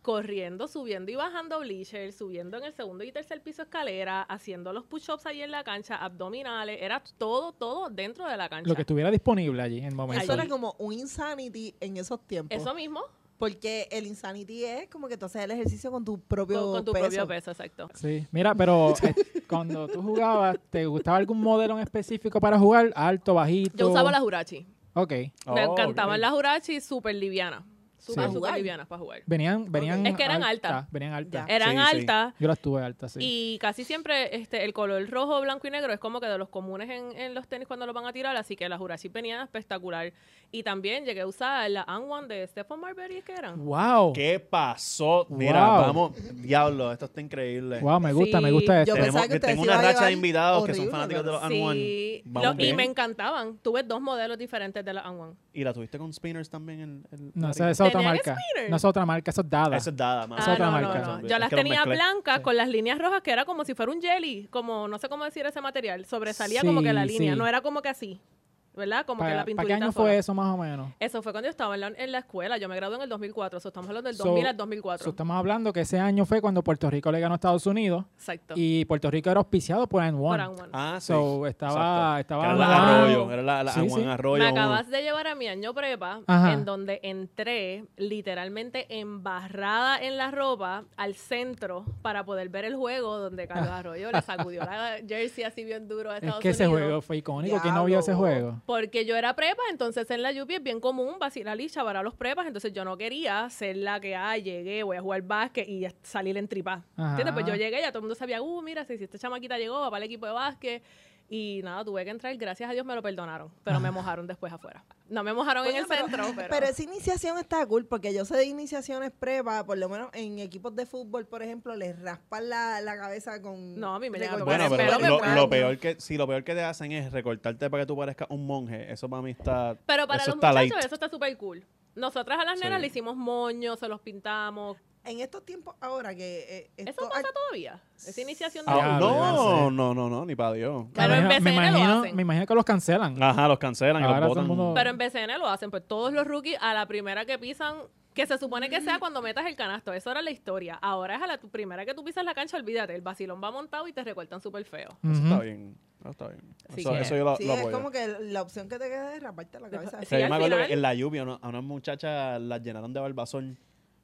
S4: corriendo, subiendo y bajando bleachers, subiendo en el segundo y tercer piso escalera, haciendo los push-ups ahí en la cancha, abdominales, era todo, todo dentro de la cancha.
S1: Lo que estuviera disponible allí en el
S3: Eso
S1: momento.
S3: era como un insanity en esos tiempos.
S4: Eso mismo,
S3: Porque el insanity es como que tú haces el ejercicio con tu propio
S4: con, con tu
S3: peso.
S4: propio peso, exacto.
S1: Sí, mira, pero eh, cuando tú jugabas, ¿te gustaba algún modelo en específico para jugar? Alto, bajito.
S4: Yo usaba las hurachi.
S1: Ok.
S4: Me
S2: Oh,
S4: encantaban
S2: ok.
S4: las hurachi súper livianas, súper,
S1: Sí.
S4: súper
S3: Jugar.
S4: livianas para jugar.
S1: Venían, venían.
S4: Es que eran altas.
S1: Venían altas.
S3: Ya.
S4: Eran
S2: Sí, sí.
S4: altas.
S1: Yo las tuve altas, sí.
S4: Y casi siempre este, el color rojo, blanco y negro es como que de los comunes en, en los tenis cuando los van a tirar, así que la Jurassic venía espectacular. Y también llegué a usar la And One de Stephen Marbury, que eran.
S1: Wow.
S2: ¿Qué pasó? Mira,
S1: Wow.
S2: vamos. Diablo, esto está increíble.
S1: Wow, me gusta,
S4: Sí,
S1: me gusta esto.
S3: Yo pensaba
S2: Tenemos,
S3: que
S2: que
S3: ustedes
S2: tengo
S3: iban
S2: una
S3: a
S2: racha de
S3: llevar
S2: invitados que son
S3: horrible,
S2: fanáticos de los
S4: Sí,
S2: Anuan. Vamos
S4: lo- y
S2: bien.
S4: me encantaban. Tuve dos modelos diferentes de la And One.
S2: ¿Y la tuviste con Spinners también? En, en
S1: No,
S2: la
S1: esa esa
S2: liga?
S1: es otra
S4: ¿Tenía
S1: marca.
S4: spinner?
S1: No esa es otra marca, eso es dada.
S2: Esa es dada, más.
S1: Esa
S4: Ah,
S1: otra
S4: no,
S1: marca.
S4: no, no. Yo las
S2: Es que los
S4: tenía
S2: mezclé.
S4: blancas
S1: Sí.
S4: con las líneas rojas, que era como si fuera un jelly, como no sé cómo decir ese material. Sobresalía
S1: Sí,
S4: como que la línea,
S1: sí.
S4: no era como que así. ¿verdad? Como que
S1: ¿Para,
S4: la
S1: para
S4: pinturita
S1: qué año
S4: sola.
S1: fue eso más o menos?
S4: Eso fue cuando yo estaba en la, en la escuela. Yo me gradué en el 2004. So, estamos hablando del
S1: So,
S4: 2000 al 2004.
S1: So, estamos hablando que ese año fue cuando Puerto Rico le ganó a Estados Unidos
S4: Exacto.
S1: y Puerto Rico era auspiciado por N1.
S4: Por Anguano.
S2: Ah, sí.
S1: So, estaba,
S2: Exacto.
S1: estaba
S2: Que era
S1: Juan,
S2: la arroyo, era la, la
S1: Sí,
S2: Juan
S1: sí.
S2: Arroyo.
S4: Me
S2: uno.
S4: acabas de llevar a mi año prepa,
S1: Ajá.
S4: en donde entré literalmente embarrada en la ropa al centro para poder ver el juego donde Carlos Arroyo le sacudió la jersey así bien duro a
S1: Es
S4: Estados
S1: que ese
S4: Unidos.
S1: juego fue icónico. ¿Quién no vio ese
S3: Diablo.
S1: juego?
S4: Porque yo era prepa, entonces en la UPI es bien común vacilar y chavar a los prepas, entonces yo no quería ser la que, ah, llegué, voy a jugar básquet y ya salir en tripa.
S1: Ajá.
S4: ¿Entiendes? Pues yo llegué, ya todo el mundo sabía, uh, mira, si si esta chamaquita llegó, va para el equipo de básquet. Y nada, tuve que entrar, gracias a Dios me lo perdonaron, pero me mojaron después afuera. No me mojaron en
S3: Coño,
S4: el centro, pero...
S3: Pero esa iniciación está cool porque yo sé de iniciaciones prepa, por lo menos en equipos de fútbol, por ejemplo, les raspan la, la cabeza con.
S4: No, a mí me llegan a
S3: recortar
S4: tocar
S2: Bueno, pero
S4: el pelo me
S2: lo,
S4: extraña.
S2: lo peor que, si lo peor que te hacen es recortarte para que tú parezcas un monje, eso para mí está.
S4: Pero para
S2: eso
S4: los
S2: está
S4: muchachos
S2: light.
S4: eso está súper cool. Nosotras a las
S2: Sí.
S4: nenas le hicimos moños, se los pintamos.
S3: En estos tiempos ahora que. eh,
S4: ¿Eso
S3: esto-
S4: pasa todavía? Esa iniciación de...
S2: Ah,
S1: Diablo,
S2: no,
S1: no sé.
S2: no, no, no, ni para Dios.
S4: Claro, en
S1: me,
S4: BCN lo
S1: imagino,
S4: hacen.
S1: me imagino que los cancelan.
S2: Ajá, los cancelan, y
S1: Ahora
S2: los
S1: todo el
S2: botan.
S1: mundo-
S4: Pero en BCN lo hacen, pues todos los rookies a la primera que pisan, que se supone que sea cuando metas el canasto, eso era la historia. Ahora es a la tu- primera que tú pisas la cancha, olvídate, el vacilón va montado y te recortan súper feo.
S2: Eso
S1: Ujú.
S2: está bien. Eso está bien.
S4: Sí
S2: eso,
S4: que-
S2: eso yo lo,
S3: sí,
S2: lo
S3: es
S2: apoyo.
S3: como que la opción que te queda es rasparte la cabeza.
S4: Sí,
S2: O sea, yo
S4: al
S2: me acuerdo
S4: final-
S2: que en la lluvia ¿no? a unas muchachas las llenaron de barbazón.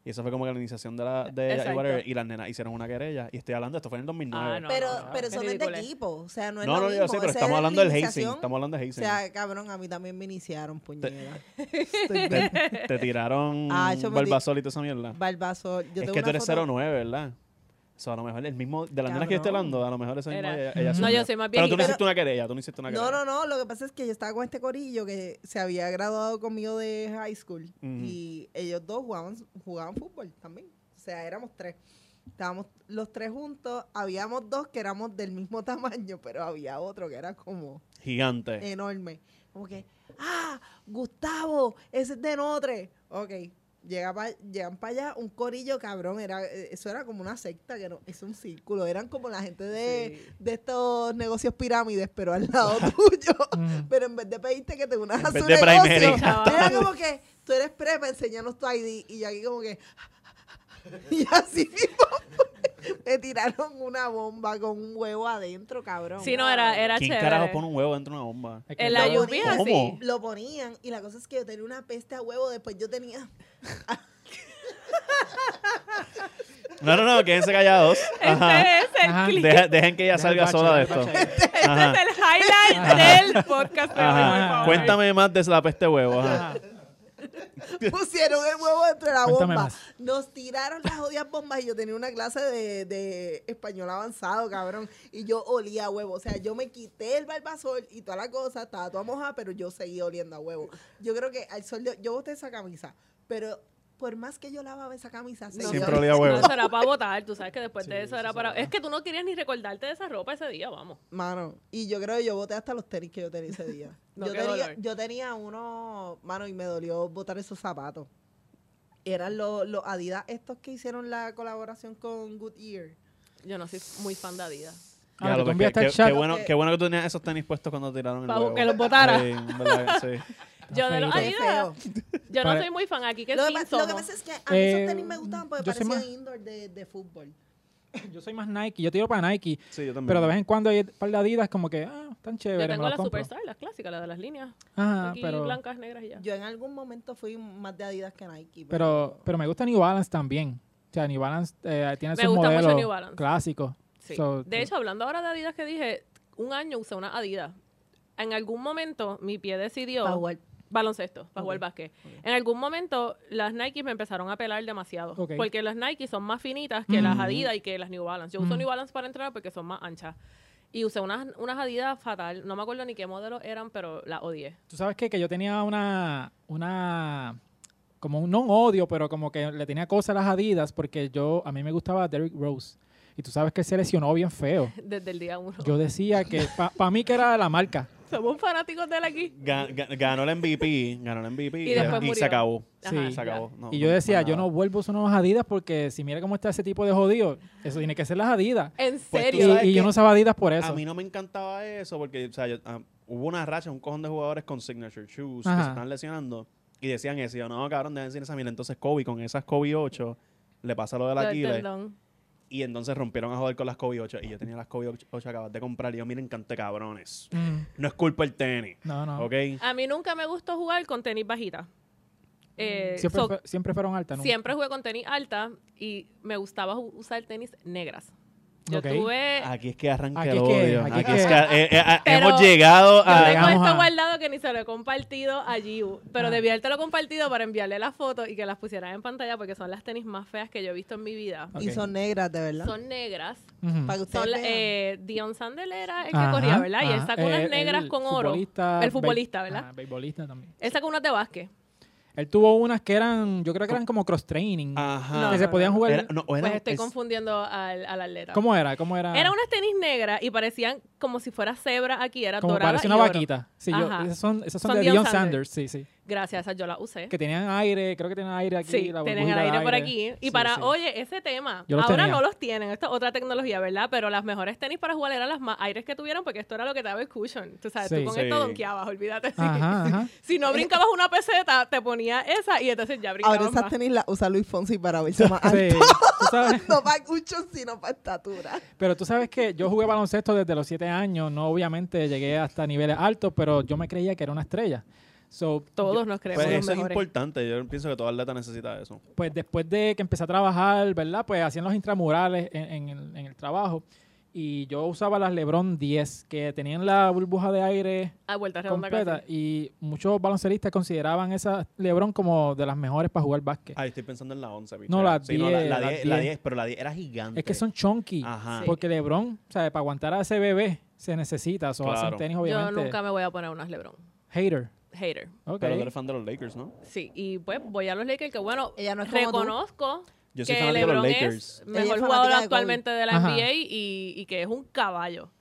S2: Y eso fue como que la iniciación de la de
S4: Exacto.
S2: whatever, y las nenas hicieron una querella. Y estoy hablando, esto fue en el 2009.
S4: Ah, no,
S3: pero
S4: no, no,
S3: pero
S4: es
S3: son de
S4: ridículo.
S3: equipo. O sea, no es
S2: no,
S3: lo
S2: no,
S3: mismo.
S2: yo sé, pero
S3: esa
S2: estamos
S3: es
S2: hablando del
S3: la
S2: hazing.
S3: iniciación.
S2: Estamos hablando de hazing.
S3: O sea, cabrón, a mí también me iniciaron, puñera. Estoy bien.
S2: te, te tiraron
S3: Ah, yo me di-
S2: barbazol y toda esa mierda.
S3: Barbazo. Yo
S2: Es
S3: tengo
S2: que tú
S3: una
S2: eres
S3: foto-
S2: 09, ¿verdad? O sea, a lo mejor el mismo, de las nenas que yo estoy
S3: Cabrón.
S2: hablando, a lo mejor ese mismo
S4: Era-
S2: ella, ella
S1: No,
S2: asumió.
S4: yo soy más
S2: Pero tú no
S4: viejita.
S2: hiciste una querella, tú no hiciste una querella.
S3: No, no, no. Lo que pasa es que yo estaba con este corillo que se había graduado conmigo de high school.
S2: Ujú.
S3: Y ellos dos jugaban, jugaban fútbol también. O sea, éramos tres. Estábamos los tres juntos. Habíamos dos que éramos del mismo tamaño, pero había otro que era como
S2: Gigante.
S3: enorme. Como que, ah, Gustavo, ese es de Notre. Ok. Llega pa- llegan para allá un corillo cabrón. Era, eh, eso era como una secta, que no, es un círculo. Eran como la gente de,
S4: Sí.
S3: de estos negocios pirámides, pero al lado tuyo.
S1: Mm.
S3: Pero en vez de pedirte que te unas
S2: En
S3: a
S2: vez
S3: su
S2: de primary.
S3: negocio,
S4: Chaval.
S3: era como que tú eres prepa, enséñanos tu ID. Y yo aquí como que... Y así mismo me tiraron una bomba con un huevo adentro, cabrón.
S4: Sí, no, era, era
S2: ¿Quién
S4: chévere.
S2: carajo pone un huevo dentro de una bomba?
S1: Es que
S4: En la
S1: yo-
S3: Lo
S4: UPI
S3: ponían.
S4: así.
S2: ¿Cómo?
S3: Lo ponían y la cosa es que yo tenía una peste a huevo, después yo tenía...
S2: No, no, no, quédense callados. Ajá.
S4: Este es el
S1: Ajá.
S4: clip.
S2: Deja- dejen que ella
S1: Deja
S2: salga
S1: el
S2: sola de
S1: bache,
S2: esto.
S1: deja el bache.
S4: Este
S2: Ah. Ajá.
S4: es el highlight del podcast. de hoy,
S2: Ajá.
S4: por favor.
S2: Cuéntame más de la peste huevo. Ajá.
S1: Ajá.
S3: Pusieron el huevo dentro de la
S1: Cuéntame
S3: bomba.
S1: más.
S3: Nos tiraron las jodidas bombas y yo tenía una clase de, de español avanzado, cabrón. Y yo olía a huevo. O sea, yo me quité el barbasol y toda la cosa, estaba toda mojada, pero yo seguía oliendo a huevo. Yo creo que al sol de- yo boté esa camisa, pero por más que yo lavaba esa camisa, seguía
S2: Siempre olía a huevo.
S4: No, eso era para votar, tú sabes que después
S1: Sí,
S4: de eso
S1: eso
S4: era
S1: se
S4: para...
S1: va.
S4: Es que tú no querías ni recordarte de esa ropa ese día, vamos.
S3: Mano, y yo creo que yo boté hasta los tenis que yo tenía ese día.
S4: No,
S3: yo,
S4: qué
S3: tenía
S4: dolor.
S3: yo tenía uno, mano, y me dolió botar esos zapatos. Eran los, los Adidas estos que hicieron la colaboración con Goodyear.
S4: Yo no soy muy fan de Adidas.
S1: Ah, que
S2: Ya, lo
S1: tú
S2: que-
S1: enviaste
S2: qué-
S1: el
S2: qué
S1: chat.
S2: bueno,
S3: Ok.
S2: qué bueno que tú tenías esos tenis puestos cuando tiraron el
S4: Pa'
S2: huevo.
S4: que los botara.
S2: Sí, en verdad, sí.
S4: Yo de los
S1: feíto.
S3: Qué
S4: Adidas,
S3: feo.
S4: yo no
S1: Pare-
S4: soy muy fan. Aquí que
S3: Lo, que
S4: sí
S3: pa- lo que
S4: somos.
S3: pasa es que a mí esos
S1: Eh,
S3: tenis me gustaban porque
S1: yo soy
S3: parecían
S1: más-
S3: indoor de, de fútbol.
S1: Yo soy más Nike, yo tiro para Nike,
S2: Sí, yo también.
S1: pero de vez en cuando hay un par de Adidas como que, ah, tan chévere,
S4: Yo
S1: me
S4: tengo
S1: lo
S4: las
S1: compro.
S4: Superstar, las clásicas, las de las líneas.
S1: Ajá,
S4: aquí
S1: pero,
S4: blancas, negras y ya.
S3: Yo en algún momento fui más de Adidas que Nike.
S1: pero, pero me gusta New Balance también. O sea, New Balance eh, tiene
S4: Me
S1: sus
S4: gusta mucho
S1: modelos
S4: New Balance.
S1: clásicos.
S4: Sí.
S1: So,
S4: de hecho, hablando ahora de Adidas que dije, un año usé una Adidas. En algún momento mi pie decidió
S3: Pa' jugar.
S4: baloncesto, para jugar
S3: Ok,
S4: básquet. En algún momento las Nike me empezaron a pelar demasiado,
S1: Ok.
S4: porque las Nike son más finitas que las
S2: Ujú.
S4: Adidas y que las New Balance. Yo uso
S1: Mm.
S4: New Balance para entrenar porque son más anchas. Y usé unas, unas Adidas fatal, no me acuerdo ni qué modelo eran, pero las odié.
S1: Tú sabes qué? que yo tenía una, una, como un, no un odio, pero como que le tenía cosas a las Adidas porque yo, a mí me gustaba Derrick Rose. Y tú sabes que él se lesionó bien feo.
S4: Desde el día uno.
S1: Yo decía que, para mí que era la marca.
S4: Somos fanáticos de él aquí.
S2: Ga- ga- ganó el MVP, ganó el MVP
S4: Y después murió.
S2: se acabó.
S1: Sí.
S2: se acabó. No,
S1: y yo
S2: no,
S1: decía,
S2: nada.
S1: yo no vuelvo a usar unas Adidas porque si mira cómo está ese tipo de jodido, eso tiene que ser las Adidas.
S4: En
S2: Pues tú
S1: Y,
S4: serio.
S2: sabes
S1: y yo
S2: que
S1: no usaba Adidas por
S2: A
S1: eso.
S2: mí no me encantaba eso porque, o sea, yo, ah, hubo una racha, un cojón de jugadores con signature shoes que
S1: Ajá.
S2: se están lesionando y decían eso. Y yo, no, cabrón, deben decir esa mira. Entonces Kobe con esas Kobe 8 le pasa lo de la
S4: Del
S2: Aquiles
S4: tendón.
S2: y entonces rompieron a joder con las Kobe 8 y yo tenía las Kobe 8 acabas de comprar y yo, miren, cante cabrones.
S1: Mm,
S2: No es culpa el tenis,
S1: no, no.
S2: ¿ok?
S4: A mí nunca me gustó jugar con tenis bajita. Eh,
S1: Mm. Siempre,
S4: so-
S1: fue- siempre fueron altas, ¿no?
S4: siempre jugué con tenis alta y me gustaba ju- usar tenis negras. Yo
S1: Ok.
S4: tuve...
S2: Aquí es que arranca
S1: Aquí
S2: el
S1: es que-
S2: odio.
S1: aquí
S2: Aquí,
S1: es
S2: es
S1: que-
S2: que eh, eh, ah,
S4: Pero-
S2: hemos llegado
S4: Yo tengo
S2: a...
S1: Llegamos
S4: esto
S1: a-
S4: guardado que ni se lo he compartido a Giu, pero
S1: Ah.
S4: debí habértelo compartido para enviarle las fotos y que las pusieran en pantalla porque son las tenis más feas que yo he visto en mi vida.
S1: Ok.
S3: Y son negras, de verdad.
S4: Son negras.
S1: Ujú.
S3: para que ustedes
S4: Son la-
S3: vean.
S4: eh, Dion Sandel era el que
S1: Ajá,
S4: corría, ¿verdad? Y él
S1: ajá.
S4: sacó unas
S1: Eh,
S4: negras
S1: el
S4: con oro.
S1: futbolista,
S4: El
S1: bei-
S4: futbolista, ¿verdad?
S1: Ah, beisbolista también.
S4: Él sacó unas de básquet.
S1: Él tuvo unas que eran, yo creo que eran como cross training.
S2: Ajá.
S4: No,
S1: que se
S4: no,
S1: podían
S4: no.
S1: jugar.
S2: Era- no, o era-
S4: Pues estoy
S2: es-
S4: confundiendo al, al atleta.
S1: ¿Cómo era? ¿Cómo era?
S4: Era unas tenis negras y parecían como si fuera cebra aquí, era
S1: como
S4: dorada
S1: parece
S4: y
S1: una
S4: oro.
S1: vaquita. Sí, yo-
S4: Ajá.
S1: esas son, esas son,
S4: Son
S1: de
S4: Deion
S1: Dion Sanders.
S4: Sanders.
S1: sí, sí.
S4: Gracias, esas yo las usé.
S1: Que tenían aire, creo que tenían aire aquí.
S4: Sí,
S1: la
S4: tienen el
S1: burbujita de
S4: aire por aquí. Y
S1: Sí,
S4: para,
S1: sí.
S4: oye, ese tema,
S1: Yo los
S4: ahora
S1: tenía.
S4: no los tienen, esto es otra tecnología, ¿verdad? Pero las mejores tenis para jugar eran las más aires que tuvieron porque esto era lo que te daba el cushion. Tú sabes, tú
S1: Sí.
S4: con
S2: Sí.
S4: esto donkeabas, olvídate. sí.
S1: Ajá, ajá.
S4: Si no brincabas una peseta, te ponía esa y entonces ya brincabas
S3: Ahora esas
S4: más.
S3: tenis las usa Luis Fonsi para verse más
S1: Sí,
S3: alto.
S1: tú sabes.
S3: No para cuchos, sino para estatura.
S1: Pero tú sabes que yo jugué baloncesto desde los 7 años, no obviamente llegué hasta niveles altos, pero yo me creía que era una estrella. So,
S4: Todos nos creemos
S2: Pues
S4: los
S2: eso es
S4: mejores.
S2: importante. Yo pienso que todo atleta necesita eso.
S1: yo, pues después de que empecé a trabajar, ¿verdad? Pues hacían los intramurales en, en el, en el trabajo y yo usaba las Lebron 10 que tenían la burbuja de aire
S4: A vuelta redonda
S1: completa
S4: casi.
S1: y muchos baloncelistas consideraban esas Lebron como de las mejores para jugar básquet.
S2: Ah, yo estoy pensando en la 11, bicho.
S1: No, la
S2: Sí, no, la,
S1: 10,
S2: la
S1: la
S2: 10, la
S1: 10.
S2: 10, pero la 10 era gigante.
S1: Es que son chunky.
S2: Ajá.
S4: Sí.
S1: Porque Lebron, o sea, para aguantar a ese bebé se necesita, o sea,
S2: Claro.
S1: hacen tenis
S4: Yo
S1: obviamente.
S4: nunca me voy a poner unas Lebron.
S1: Hater.
S4: Hater.
S1: ok.
S2: Pero tú eres fan de los Lakers, ¿no?
S4: Sí, y pues voy a los Lakers, que bueno,
S3: Ella no es como tú.
S4: reconozco
S2: Yo soy
S4: que
S2: fanático de
S4: LeBron
S2: los
S4: es
S2: Lakers.
S3: Ella es
S4: mejor
S3: fanática
S4: jugador
S3: de Kobe.
S4: actualmente de la
S1: Ajá.
S4: NBA y, y que es un caballo.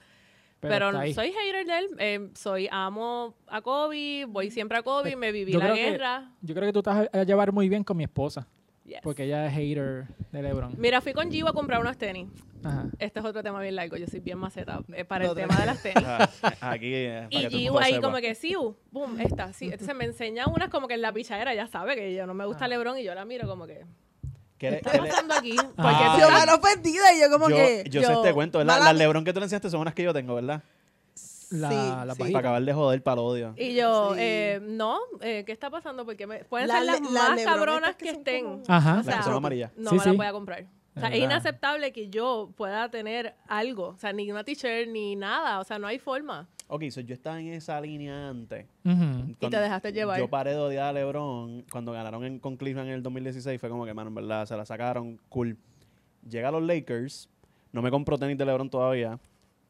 S4: Pero,
S1: está ahí.
S4: soy hater de él, eh, soy amo a Kobe, voy siempre a Kobe,
S1: Pues,
S4: me viví
S1: yo
S4: la
S1: creo que-
S4: guerra.
S1: Yo creo que tú te vas a llevar muy bien con mi esposa,
S4: Yes.
S1: porque ella es hater de LeBron.
S4: Mira, fui con Givo a comprar unos tenis.
S1: Ajá.
S4: Este es otro tema bien largo, yo soy bien maceta eh, para
S3: No,
S4: el tema de las tenis.
S2: Ah, Aquí, eh, para
S4: Y
S2: que tú
S4: Giu
S2: lo
S4: ahí
S2: sepas.
S4: como que sí, uh, boom, esta, sí. Entonces me enseña unas como que en la pichadera, ya sabe que yo no me gusta
S1: Ah.
S4: Lebron y yo la miro como que,
S2: Que
S4: ¿qué
S2: le-
S4: está
S2: que le-
S4: pasando aquí?
S1: Ah.
S4: Porque
S3: Yo me lo ofendida y yo como
S2: yo,
S3: que...
S2: yo sé este cuento, ¿verdad?
S3: Mala-
S2: Las Lebron que tú le enseñaste son unas que yo tengo, ¿verdad?
S1: La- la
S2: Para
S1: bajita.
S2: acabar de joder para el odio.
S4: Y yo,
S3: Sí.
S4: eh, no, eh, ¿qué está pasando? Porque me, pueden
S3: Las
S4: ser las
S3: le- las
S4: más
S3: Lebron
S4: cabronas
S3: estas que
S4: que
S3: son
S4: estén.
S3: como-
S1: Ajá.
S4: O
S2: Las
S4: sea,
S2: que son amarillas.
S4: No
S1: Sí,
S4: me las
S1: sí.
S4: voy a comprar. O sea,
S1: Es
S4: es
S1: verdad.
S4: inaceptable que yo pueda tener algo. O sea, ni una t-shirt, ni nada. O sea, no hay forma.
S2: Ok, so yo estaba en esa línea antes.
S1: Ujú.
S4: te dejaste llevar.
S2: Yo paré de odiar a LeBron cuando ganaron en, con Cleveland en el 2016. Fue como que, mano, en verdad, se la sacaron. Cool. Llega a los Lakers. No me compro tenis de LeBron todavía.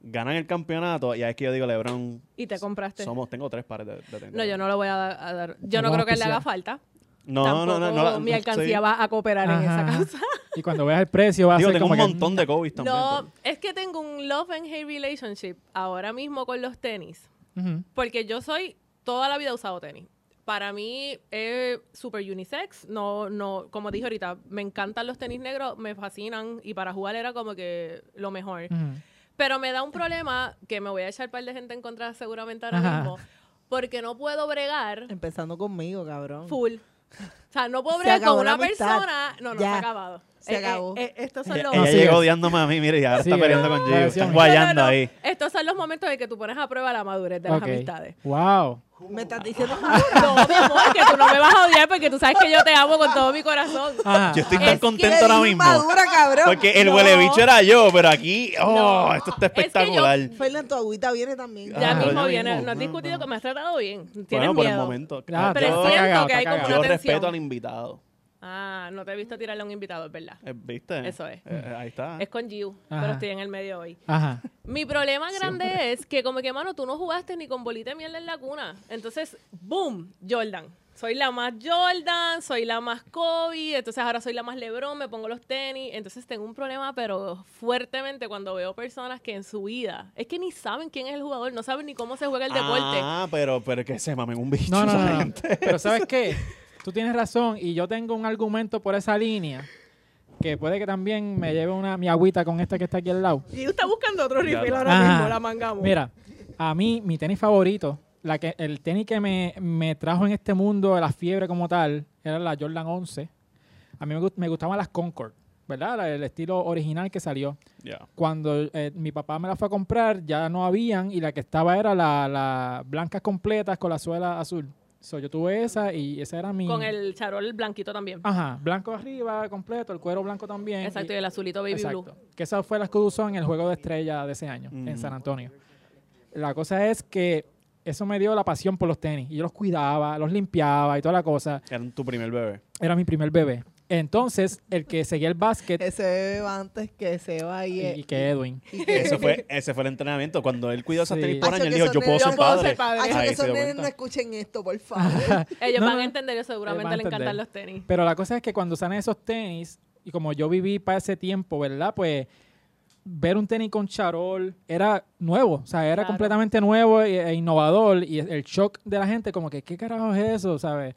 S2: Ganan el campeonato. Y ahí es que yo digo, LeBron,
S4: Y te compraste.
S2: somos, tengo tres pares de, de tenis.
S4: No, yo no lo voy a dar. a dar- Yo
S1: No
S4: no, creo
S1: vamos a
S4: que le haga
S1: auspiciar.
S4: falta.
S2: No,
S4: Tampoco
S2: no, no, no,
S4: mi
S2: no,
S4: alcancía
S2: sí.
S4: va a cooperar en esa
S1: Ajá.
S4: causa.
S1: Y cuando veas el precio va a
S2: Digo,
S1: ser
S2: tengo
S1: como
S2: un
S1: que-
S2: montón de Kobe también.
S4: No,
S2: pero-
S4: es que tengo un love and hate relationship ahora mismo con los tenis.
S1: Ujú.
S4: Porque yo soy toda la vida he usado tenis. Para mí es super unisex. No, no, como dije ahorita, me encantan los tenis negros, me fascinan y para jugar era como que lo mejor.
S3: Mm.
S1: Ujú.
S4: Pero me da un problema que me voy a echar par de gente en contra seguramente ahora
S1: Ajá.
S4: mismo, porque no puedo bregar
S3: Empezando conmigo, cabrón.
S4: full. O sea, no puedo
S3: Se
S4: bregar con
S3: acabó la
S4: una
S3: amistad.
S4: persona. No, no,
S3: Ya.
S4: se ha acabado. Eh,
S3: Se acabó.
S4: estos son
S2: Ella,
S4: los
S2: ella
S1: Así
S2: llegó
S1: es.
S2: odiándome a mí, mire, y ahora
S1: Sí,
S2: está peleando
S1: eh.
S2: con
S1: La
S2: Gio.
S1: versión.
S2: Están
S1: No,
S2: guayando
S4: No, no, no.
S2: ahí.
S4: Estos son los momentos en que tú pones a prueba la madurez de
S1: Ok.
S4: las amistades.
S1: Wow.
S3: Me estás diciendo
S4: No, mi amor, que tú no me vas a odiar porque tú sabes que yo te amo con todo mi corazón.
S1: Ajá.
S2: Yo estoy
S4: Es
S2: tan
S4: que
S2: contento ahora mismo.
S3: Madura, cabrón.
S2: Porque el
S4: No.
S2: huele bicho era yo, pero aquí, oh,
S4: No.
S2: esto está
S4: Es que yo-
S2: espectacular.
S3: Fernan, tu agüita viene también.
S4: Ya
S2: Ah,
S4: mismo
S2: ya
S4: viene,
S2: mismo.
S4: no has
S2: No,
S4: discutido
S2: no.
S4: que me has tratado bien. Tienes
S2: Bueno, por el
S4: miedo.
S2: momento.
S1: Ah,
S2: Ah,
S4: Pero
S1: Está
S2: yo-
S4: siento
S1: cagado,
S4: que
S1: está
S4: hay como
S1: cagado.
S4: una
S2: Yo
S4: tensión.
S2: respeto al invitado.
S4: Ah, no te he visto tirarle a un invitado, es verdad.
S2: Eh, ¿Viste?
S4: Eso es.
S2: Eh, ahí está.
S4: Es con Giu, pero
S1: Ajá.
S4: estoy en el medio hoy.
S1: Ajá.
S4: Mi problema grande es que como que, mano, tú no jugaste ni con bolita de mierda en la cuna. Entonces, boom, Jordan. Soy la más Jordan, soy la más Kobe, entonces ahora soy la más Lebron, me pongo los tenis. Entonces tengo un problema, pero fuertemente cuando veo personas que en su vida, es que ni saben quién es el jugador, no saben ni cómo se juega el deporte.
S2: Ah, pero, pero que se mamen un bicho.
S1: No, no,
S2: esa
S1: no, no.
S2: gente.
S1: Pero ¿sabes qué? Tú tienes razón y yo tengo un argumento por esa línea que puede que también me lleve una mi agüita con esta que está aquí al lado.
S4: Y está buscando otro
S2: Ya
S4: refill
S2: lo-
S4: ahora mismo,
S1: Ajá.
S4: la mangamos.
S1: Ah. Mira, a mí, mi tenis favorito, la que, el tenis que me, me trajo en este mundo de la fiebre como tal, era la Jordan 11. A mí me, gust- me gustaban las Concord, ¿verdad? La- El estilo original que salió.
S2: Ya.
S1: Cuando eh, mi papá me la fue a comprar, ya no habían y la que estaba era la, la blancas completas con la suela azul. So, yo tuve esa y esa era mi...
S4: Con el charol blanquito también.
S1: Ajá, blanco arriba, completo, el cuero blanco también.
S4: Exacto,
S1: y-
S4: y el azulito baby
S1: Exacto.
S4: blue.
S1: Que esa fue la que usó en el juego de estrella de ese año, en
S2: Ujú.
S1: San Antonio. La cosa es que eso me dio la pasión por los tenis. Y yo los cuidaba, los limpiaba y toda la cosa.
S2: Era tu primer bebé.
S1: Era mi primer bebé. Entonces, el que seguía el básquet
S3: Ese bebé va antes que se
S1: y,
S3: vaya.
S1: y que Edwin.
S2: Ese fue, ese fue el entrenamiento. Cuando él cuidó esas
S1: Sí.
S2: tenis por
S3: Acho,
S2: año, él
S3: que
S2: dijo, yo
S3: son
S2: puedo
S3: nenes-
S2: ser
S4: yo puedo
S2: padre.
S4: ser padre.
S3: Ay,
S2: Ahí
S3: que
S2: se
S3: esos
S2: dio
S3: nenes
S2: cuenta.
S3: no escuchen esto,
S1: Ah,
S3: por favor.
S4: Ellos
S1: No,
S4: van
S1: no.
S4: a entender eso,
S1: Ellos van
S4: seguramente
S1: a
S4: le
S1: entender.
S4: encantan los tenis.
S1: Pero la cosa es que cuando salen esos tenis, y como yo viví para ese tiempo, ¿verdad? Pues ver un tenis con charol era nuevo, o sea, era
S4: Claro.
S1: completamente nuevo e, e innovador y el shock de la gente como que qué carajo es eso, ¿sabes?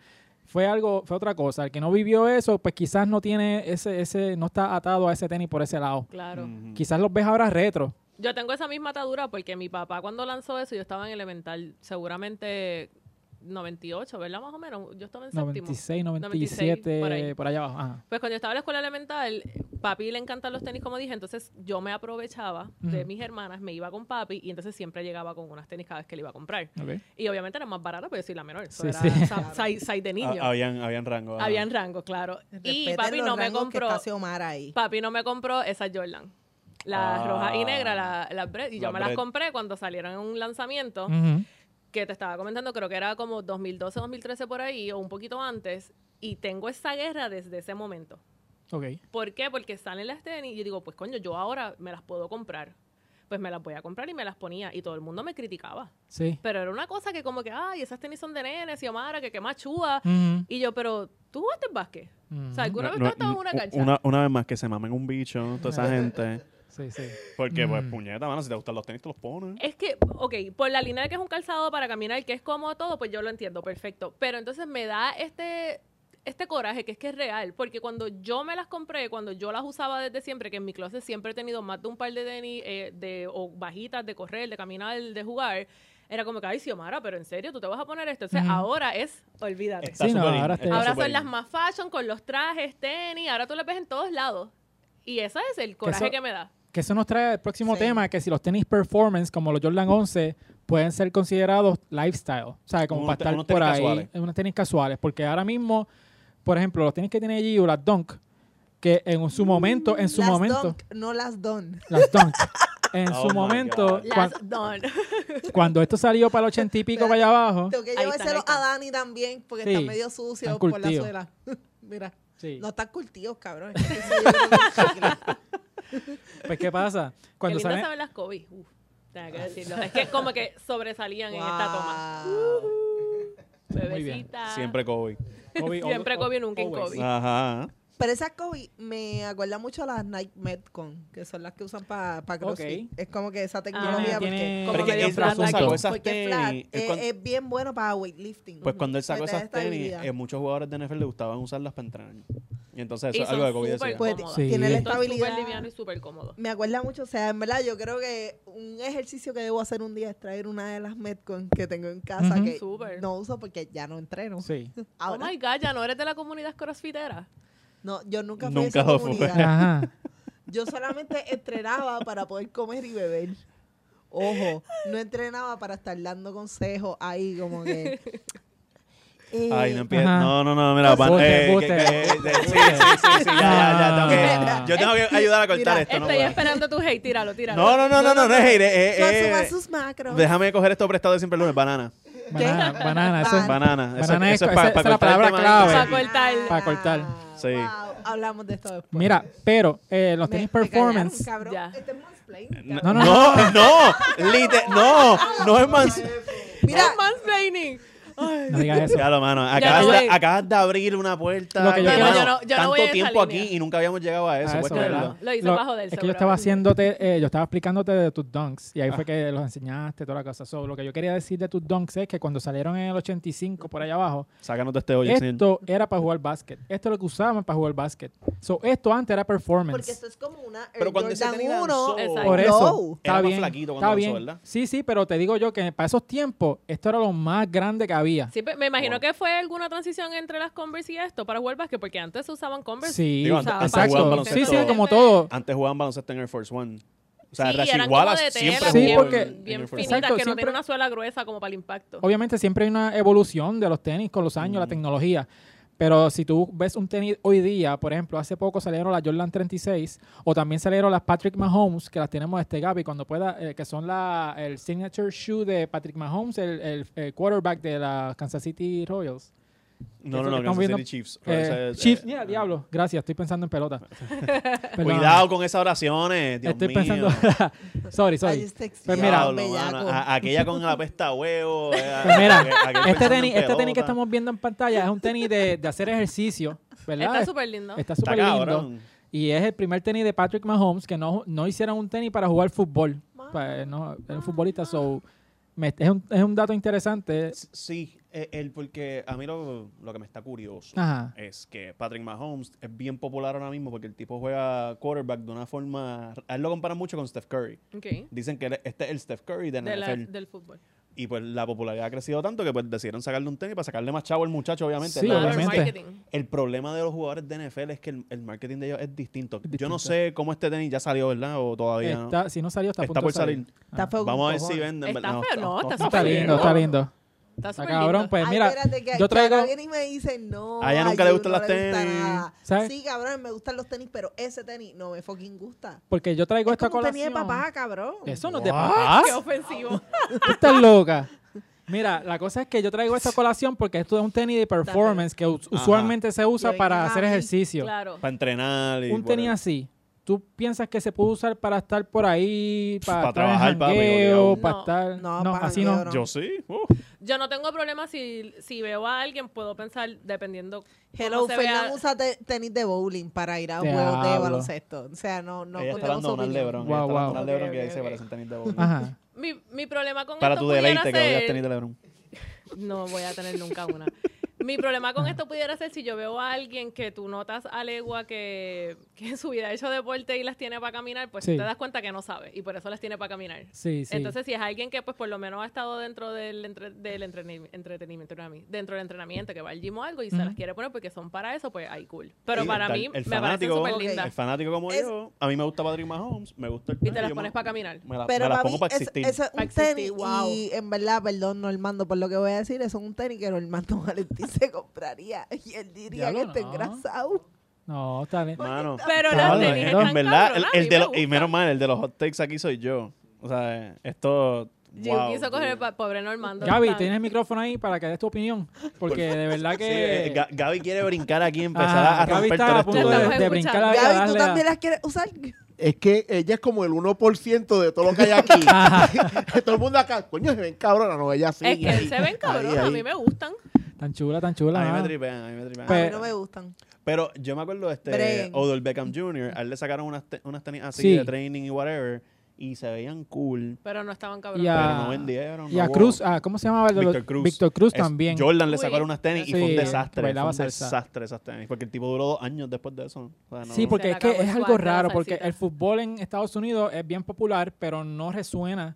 S1: Fue algo, fue otra cosa. El que no vivió eso, pues quizás no tiene ese ese no está atado a ese tenis por ese lado.
S4: Claro.
S2: Ujú.
S1: Quizás los ves ahora retro.
S4: Yo tengo esa misma atadura porque mi papá cuando lanzó eso, yo estaba en elemental, seguramente 98, ¿verdad? Más o menos. Yo estaba en séptimo.
S1: 96,
S4: 96,
S1: 97,
S4: por
S1: por,
S4: ahí.
S1: allá abajo. Ajá.
S4: Pues cuando yo estaba en la escuela elemental, papi le encantan los tenis, como dije, entonces yo me aprovechaba de
S1: Ujú.
S4: mis hermanas, me iba con papi y entonces siempre llegaba con unas tenis cada vez que le iba a comprar. Y obviamente era más barata, porque yo soy la menor. Eso
S1: Sí,
S4: era
S1: sí.
S4: sa- sai- sai de niño.
S2: Ha- Ah, habían, habían rango. ajá.
S4: Habían rangos, claro. Y
S3: Respeten
S4: papi
S3: los
S4: no me
S3: rangos que
S4: compró.
S3: está Xiomara ahí.
S4: Papi no me compró esas Jordan. Las
S2: Ah.
S4: rojas y negras, la- las Bred. Y yo
S2: Las
S4: me las
S2: Bred.
S4: compré cuando salieron en un lanzamiento
S1: Ujú.
S4: que te estaba comentando, creo que era como 2012, 2013 por ahí, o un poquito antes. Y tengo esa guerra desde ese momento.
S1: Ok.
S4: ¿Por qué? Porque salen las tenis y yo digo, pues coño, yo ahora me las puedo comprar. Pues me las voy a comprar y me las ponía. Y todo el mundo me criticaba.
S1: Sí.
S4: Pero era una cosa que como que, ay, esas tenis son de nenes y Omara, que qué más chúa.
S1: Ujú.
S4: Y yo, pero tú jugaste básquet. O sea,
S1: Ujú.
S4: alguna vez
S2: No-
S4: tú has estado en
S2: no-
S4: una cancha.
S2: Una, una vez más que se mamen un bicho, toda esa gente.
S1: Sí, sí.
S2: Porque, pues,
S1: Mm.
S2: puñeta, mano, si te gustan los tenis, te los pones.
S4: Es que, ok, por la línea de que es un calzado para caminar, que es cómodo todo, pues yo lo entiendo, perfecto. Pero entonces me da este, este coraje que es que es real, porque cuando yo me las compré, cuando yo las usaba desde siempre, que en mi closet siempre he tenido más de un par de tenis eh, de, o bajitas de correr, de caminar, de jugar, era como que, ay, Xiomara, pero en serio, tú te vas a poner esto. Entonces
S1: Ujú.
S4: ahora es, olvídate.
S1: Sí, no,
S2: súper in,
S1: ahora
S2: está
S1: te-
S4: Ahora
S2: súper
S4: son las
S2: in.
S4: más fashion, con los trajes, tenis, ahora tú las ves en todos lados. Y ese es el coraje
S1: eso-
S4: que me da.
S1: Que eso nos trae al próximo
S3: Sí.
S1: tema, que si los tenis performance, como los Jordan 11, pueden ser considerados lifestyle. O sea, como
S2: Unos
S1: para
S2: te-
S1: estar
S2: unos
S1: por
S2: tenis
S1: ahí,
S2: casuales.
S1: unos tenis casuales. Porque ahora mismo, por ejemplo, los tenis que tiene allí, o las Dunk, que en su momento, en su
S3: Las
S1: momento,
S3: Dunk, no las don.
S1: las Dunk, en
S2: Oh
S1: su
S2: my
S1: momento,
S2: God.
S1: cuan-
S4: Las don.
S1: cuando esto salió para el ochenta y pico para allá abajo,
S3: Tengo que
S4: Ahí están,
S3: llevárselo
S4: ahí
S3: a
S4: están.
S3: Dani también, porque
S1: Sí,
S3: están medio
S1: están
S3: sucios por la
S1: curtidos.
S3: suela. Mira,
S1: sí.
S3: no están curtidos, cabrón. es que estoy seguro que no chicle.
S1: pues ¿qué pasa? Cuando
S4: Cuando
S1: salen,
S4: saben las COVID. Uf, tenía que decirlo. Es que como que sobresalían en esta toma.
S3: Wow.
S1: Muy bien.
S4: Bebecita.
S2: Siempre COVID.
S1: Kobe,
S4: Siempre
S1: al-
S4: Kobe, nunca en
S1: always.
S4: Kobe.
S2: Ajá.
S3: Pero esas Kobe me acuerda mucho a las Nike Metcon, que son las que usan para pa CrossFit.
S1: Ok.
S3: Es como que esa
S1: Tiene-
S3: tecnología, porque,
S1: tiene-
S4: Como
S2: Pero es que
S4: medio
S2: él
S4: flat,
S2: cuando
S4: like-
S2: sacó esas
S3: porque es flat
S2: tenis, él
S3: es,
S2: cuan-
S3: es bien bueno para weightlifting.
S2: pues cuando él sacó
S3: Pues te da
S2: esas tenis,
S3: estabilidad.
S2: eh, muchos jugadores de NFL le gustaban usarlas para entrenar. Y entonces eso
S4: Y
S2: es algo de
S4: son
S2: COVID
S4: súper
S2: decía.
S3: Pues
S4: cómodas.
S1: Sí.
S3: tiene la
S1: Son
S4: Son súper
S3: estabilidad.
S4: liviano y súper cómodo.
S3: Me acuerda mucho, o sea, en verdad yo creo que un ejercicio que debo hacer un día es traer una de las Metcon que tengo en casa
S1: Ujú.
S3: que
S4: Súper.
S3: no uso porque ya no entreno.
S1: Sí.
S4: Oh
S3: Ahora,
S4: my God, ya no eres de la comunidad crossfitera.
S3: no, yo nunca fui a
S2: Nunca
S3: esa
S2: lo fue.
S3: comunidad.
S1: Ajá.
S3: Yo solamente entrenaba para poder comer y beber. Ojo, no entrenaba para estar dando consejos ahí como que... eh,
S2: Ay, no empieza.
S1: Ajá.
S2: No, no, no, mira, pan,
S1: Bote,
S2: eh, que-
S1: bote.
S2: que- eh, de- sí, sí, sí, sí, ya, ya, ya, tengo que- yo tengo que ayudar a cortar
S3: Mira,
S2: esto, no
S4: Estoy
S2: puedo.
S4: esperando tu hate. Tíralo, tíralo.
S2: No, no, no, no, no, no es hate, eh, eh,
S3: consuma
S2: eh,
S3: sus macros.
S2: Déjame coger esto prestado de siempre el lunes, banana.
S1: Banana, banana, eso es-
S2: Banana, eso,
S1: Banana es-
S2: eso es
S1: esa-
S2: para
S1: esa es la palabra clave.
S4: Para cortar.
S1: Para cortar.
S2: Sí.
S3: Ah, Wow, hablamos de esto después.
S1: Mira, pero eh, los
S3: Me-
S1: tenis
S3: me callaron,
S1: performance...
S3: cabrón.
S4: Ya.
S3: Este es mansplaining,
S2: No,
S1: No,
S2: no,
S1: no,
S2: no, no, lite- no, no es más.
S3: Mira,
S4: Mira, mansplaining.
S1: No digas eso.
S2: Ya lo, mano. Acabas,
S4: no
S2: de,
S4: voy.
S2: acabas de abrir una puerta.
S1: Lo que yo
S2: que,
S1: quiero-
S2: mano,
S4: Yo no- yo no
S2: tanto
S4: voy en esa
S2: tiempo aquí
S4: línea.
S2: y nunca habíamos llegado a eso.
S1: A
S2: puedes
S1: Ah, eso,
S2: creerlo.
S1: ¿verdad?
S4: Lo hizo para joder,
S1: Es que yo
S4: seguro.
S1: estaba haciéndote, eh, yo estaba explicándote de tus dunks y ahí
S2: Ah.
S1: fue que los enseñaste, toda la cosa. So, lo que yo quería decir de tus dunks es que cuando salieron en el 85 por allá abajo,
S2: Sácanos de este hoyo, señor.
S1: esto era para jugar básquet. Esto es lo que usaban para jugar básquet. So, esto antes era performance.
S3: Porque esto es como una
S2: Pero
S3: Air
S2: cuando ese
S3: Jordan
S2: tenis
S3: 1.
S2: lanzó,
S4: Exacto.
S1: Por eso.
S3: Low.
S1: Está
S2: Era más
S1: bien.
S2: flaquito cuando
S1: está
S2: lanzó,
S1: bien.
S2: ¿verdad?
S1: Sí, sí, pero te digo yo que para esos tiempos, esto era lo más grande que había.
S4: Sí, pe- me imagino
S2: Wow.
S4: que fue alguna transición entre las Converse y esto para jugar básquet, porque antes se usaban Converse.
S1: Sí,
S2: Pues, Digo,
S4: antes-
S1: exacto.
S4: antes jugaban baloncesto.
S1: Sí, sí, como todo.
S2: Antes jugaban baloncesto en Air Force One. O sea,
S4: Sí,
S2: Rasheed
S4: eran
S2: Wallace
S4: como de tela,
S2: siempre
S1: Sí,
S2: jugó
S1: porque-
S2: en- en
S4: bien
S2: Air Force
S4: finitas,
S2: One.
S1: Exacto,
S4: que no
S1: siempre-
S4: tienen una suela gruesa como para el impacto.
S1: Obviamente siempre hay una evolución de los tenis con los años, la
S2: Mm.
S1: tecnología. Pero si tú ves un tenis hoy día, por ejemplo, hace poco salieron las Jordan 36 o también salieron las Patrick Mahomes, que las tenemos este Gaby cuando pueda, eh, que son la, el signature shoe de Patrick Mahomes, el, el- el quarterback de las Kansas City Royals.
S2: No,
S1: Eso
S2: no, no,
S1: que
S2: Kansas
S1: estamos
S2: City Chiefs.
S1: Eh,
S2: Ese es-
S1: Chiefs,
S2: eh,
S1: mira,
S2: eh,
S1: diablo, gracias, estoy pensando en pelota. Perdóname.
S2: Cuidado con esas oraciones, Dios
S1: estoy
S2: mío.
S1: pensando. sorry,
S3: Ahí
S1: sorry.
S3: está
S1: Pues mira,
S2: Diablo,
S3: bellaco.
S2: mano, ah, a- aquella con la pesta a huevo. eh,
S1: Pues mira,
S2: aquel- aquel
S1: Este
S2: pensando en
S1: tenis, este tenis que
S2: pelota.
S1: estamos viendo en pantalla es un tenis de, de hacer ejercicio, ¿verdad?
S4: Está súper lindo.
S1: Está
S2: Está
S1: súper lindo.
S2: cabrón.
S1: Y es el primer tenis de Patrick Mahomes que no, no hicieron un tenis para jugar fútbol.
S3: Mamá.
S1: Pa- eh, no, era un futbolista, so, me- es, un, es un dato interesante.
S2: S- Sí, eh, el porque a mí lo, lo que me está curioso
S1: Ajá.
S2: es que Patrick Mahomes es bien popular ahora mismo porque el tipo juega quarterback de una forma... A él lo comparan mucho con Steph Curry.
S4: Ok.
S2: Dicen que él- este es el Steph Curry de,
S4: De la-
S2: NFL.
S4: del fútbol.
S2: Y pues la popularidad ha crecido tanto que pues decidieron sacarle un tenis para sacarle más chavo al muchacho, obviamente.
S1: Sí,
S2: Es la
S4: Claro,
S1: obviamente.
S2: marketing.
S4: marketing.
S2: El problema de los jugadores de NFL es que el, el marketing de ellos es distinto.
S1: Es
S2: Yo no
S1: distinto.
S2: sé cómo este tenis ya salió, ¿verdad? O todavía no.
S1: Está- si no salió, está, a punto
S2: Está por
S1: de salir.
S2: salir.
S1: Ajá.
S3: feo con
S2: ah, Vamos a ver si
S3: cojones.
S2: venden.
S4: Está feo, no, está
S1: Está
S4: súper
S1: lindo, está lindo.
S4: Está
S1: Está
S4: súper
S1: cabrón. Pues
S3: Ay,
S1: mira,
S3: espérate, que-
S1: yo
S3: que ahora
S1: traigo-
S3: viene y me dice, no.
S2: A ella nunca
S3: a
S2: le
S3: Yu
S2: gustan
S3: no
S2: las
S3: le gusta
S2: tenis.
S3: nada.
S1: ¿Sabes?
S3: Sí, cabrón, me gustan los tenis, pero ese tenis no me fucking gusta.
S1: porque yo traigo
S3: Es
S1: esta
S3: como un tenis de
S1: colación.
S3: papá, cabrón.
S1: Eso no es de
S2: What?
S1: papá.
S4: Qué ofensivo.
S1: Tú estás loca. Mira, la cosa es que yo traigo esta colación porque esto es un tenis de performance que us-
S2: Ajá.
S1: usualmente se usa
S3: Yo
S1: para
S3: vengo
S1: hacer
S3: a mí,
S1: ejercicio.
S4: claro.
S2: Para entrenar. Y
S1: un tenis
S2: whatever.
S1: así, ¿tú piensas que se puede usar para estar por ahí, para,
S2: Pa'
S1: estar en
S2: Pues trabajar, papi,
S1: jangueo,
S2: obligado.
S1: para
S4: No,
S1: estar... No,
S3: no, pa'
S1: así no.
S3: jangueo,
S2: Yo sí. uh.
S4: Yo no tengo problema si, si veo a alguien, puedo pensar dependiendo. cómo
S3: Hello,
S4: se vea.
S3: Fernán usa te- tenis de bowling para ir a
S1: Te
S3: juegos de
S1: hablo.
S3: baloncesto. O sea, no, no
S2: ella está
S3: contemos
S2: hablando de
S3: su
S2: unas
S3: opinión.
S2: Lebron.
S1: Wow,
S2: ella está
S1: wow.
S2: hablando de unas Lebron que
S4: Ok,
S2: ella se
S4: ok,
S2: parecen tenis de bowling.
S1: Ajá.
S4: Mi, mi problema con
S2: Para
S4: esto
S2: tu
S4: pudiera
S2: deleite que
S4: ser-
S2: odias tenis de Lebron.
S4: No voy a tener nunca una. Mi problema con esto pudiera ser si yo veo a alguien que tú notas a legua que, que en su vida ha hecho deporte y las tiene para caminar, pues
S1: Sí.
S4: te das cuenta que no sabe y por eso las tiene para caminar.
S1: Sí, sí.
S4: Entonces, si es alguien que pues por lo menos ha estado dentro del, entre- del entreni- entretenimiento, no a mí, dentro del entrenamiento, que va al gym o algo y se
S1: Ujú.
S4: las quiere poner porque son para eso, pues ahí cool. Pero
S2: Sí,
S4: para
S2: tal-
S4: mí
S2: el
S4: me parece
S2: fanático,
S4: súper
S3: ok.
S4: linda.
S2: El fanático como
S3: Es-
S2: yo, a mí me gusta Patrick Mahomes, me gusta el
S4: Y
S2: tenis,
S4: te las
S2: yo
S4: pones
S2: me-
S4: para caminar.
S2: Me la,
S3: Pero
S2: me la
S3: para
S2: pongo
S3: mí,
S2: para
S3: es-
S2: existir.
S3: eso es un
S4: Pa' existir,
S3: tenis
S4: wow.
S3: y en verdad, perdón Normando por lo que voy a decir, eso es un tenis que Normando Valentín se compraría y él diría
S1: Diablo,
S3: que está
S1: no.
S3: engrasado.
S1: No, está bien.
S2: Mano,
S4: Pero
S1: Claro,
S4: las
S2: Cabrón,
S4: tenis
S1: en
S4: están
S2: en verdad, el-
S4: cabronas,
S2: el,
S4: a mí
S2: de
S4: me
S2: lo- y
S4: gustan.
S2: menos mal, el de los hot takes aquí soy yo. O sea, eh, esto.
S4: Yo
S2: wow.
S4: quiso coger el pa- pobre Normando.
S1: Gaby,
S4: tan-
S1: tienes el micrófono ahí para que des tu opinión, porque de verdad
S2: Sí, eh,
S1: que...
S2: Ga- Gaby quiere brincar aquí y empezar
S1: Ajá,
S2: a- a
S1: Ah, Gaby
S2: romper
S1: está a
S2: todo
S1: punto
S4: Ya
S1: de,
S4: estamos
S1: de brincar
S4: escuchando.
S1: la
S3: Gaby, ¿tú
S1: darle a-
S3: también las quieres usar?
S5: Es que ella es como el 1% de todo lo que hay aquí. todo el mundo acá, coño, se ven cabrona, no, ella sí.
S4: Es que se ven cabrones, a
S5: ahí.
S4: mí me gustan.
S1: Tan chula, tan chula.
S2: A mí me
S1: ah.
S2: tripean, a mí me tripean.
S3: A mí
S1: Pues-
S3: no me gustan.
S2: Pero yo me acuerdo este
S3: Bren.
S2: Odell Beckham Jr., a él le sacaron unas, te- unas tenis así
S1: Sí.
S2: de training y whatever y se veían cool,
S4: Pero no estaban cabrones.
S1: Y a-
S2: pero no vendieron.
S1: Y
S2: no
S1: a
S2: hubo.
S1: Cruz, ah, ¿cómo se llamaba? el de los-
S2: Víctor Cruz.
S1: Víctor Cruz
S2: Es-
S1: también.
S2: Jordan le
S4: Uy.
S2: sacaron unas tenis y fue
S1: Sí,
S2: un desastre, fue
S1: bailaba
S2: un
S1: salsa.
S2: desastre esas tenis, porque el tipo duró dos años después de eso. O sea, no-
S1: Sí, porque
S4: le
S1: es que
S4: acabó el
S1: es algo
S4: swag de la
S1: raro, porque
S4: salsita.
S1: el fútbol en Estados Unidos es bien popular, pero no resuena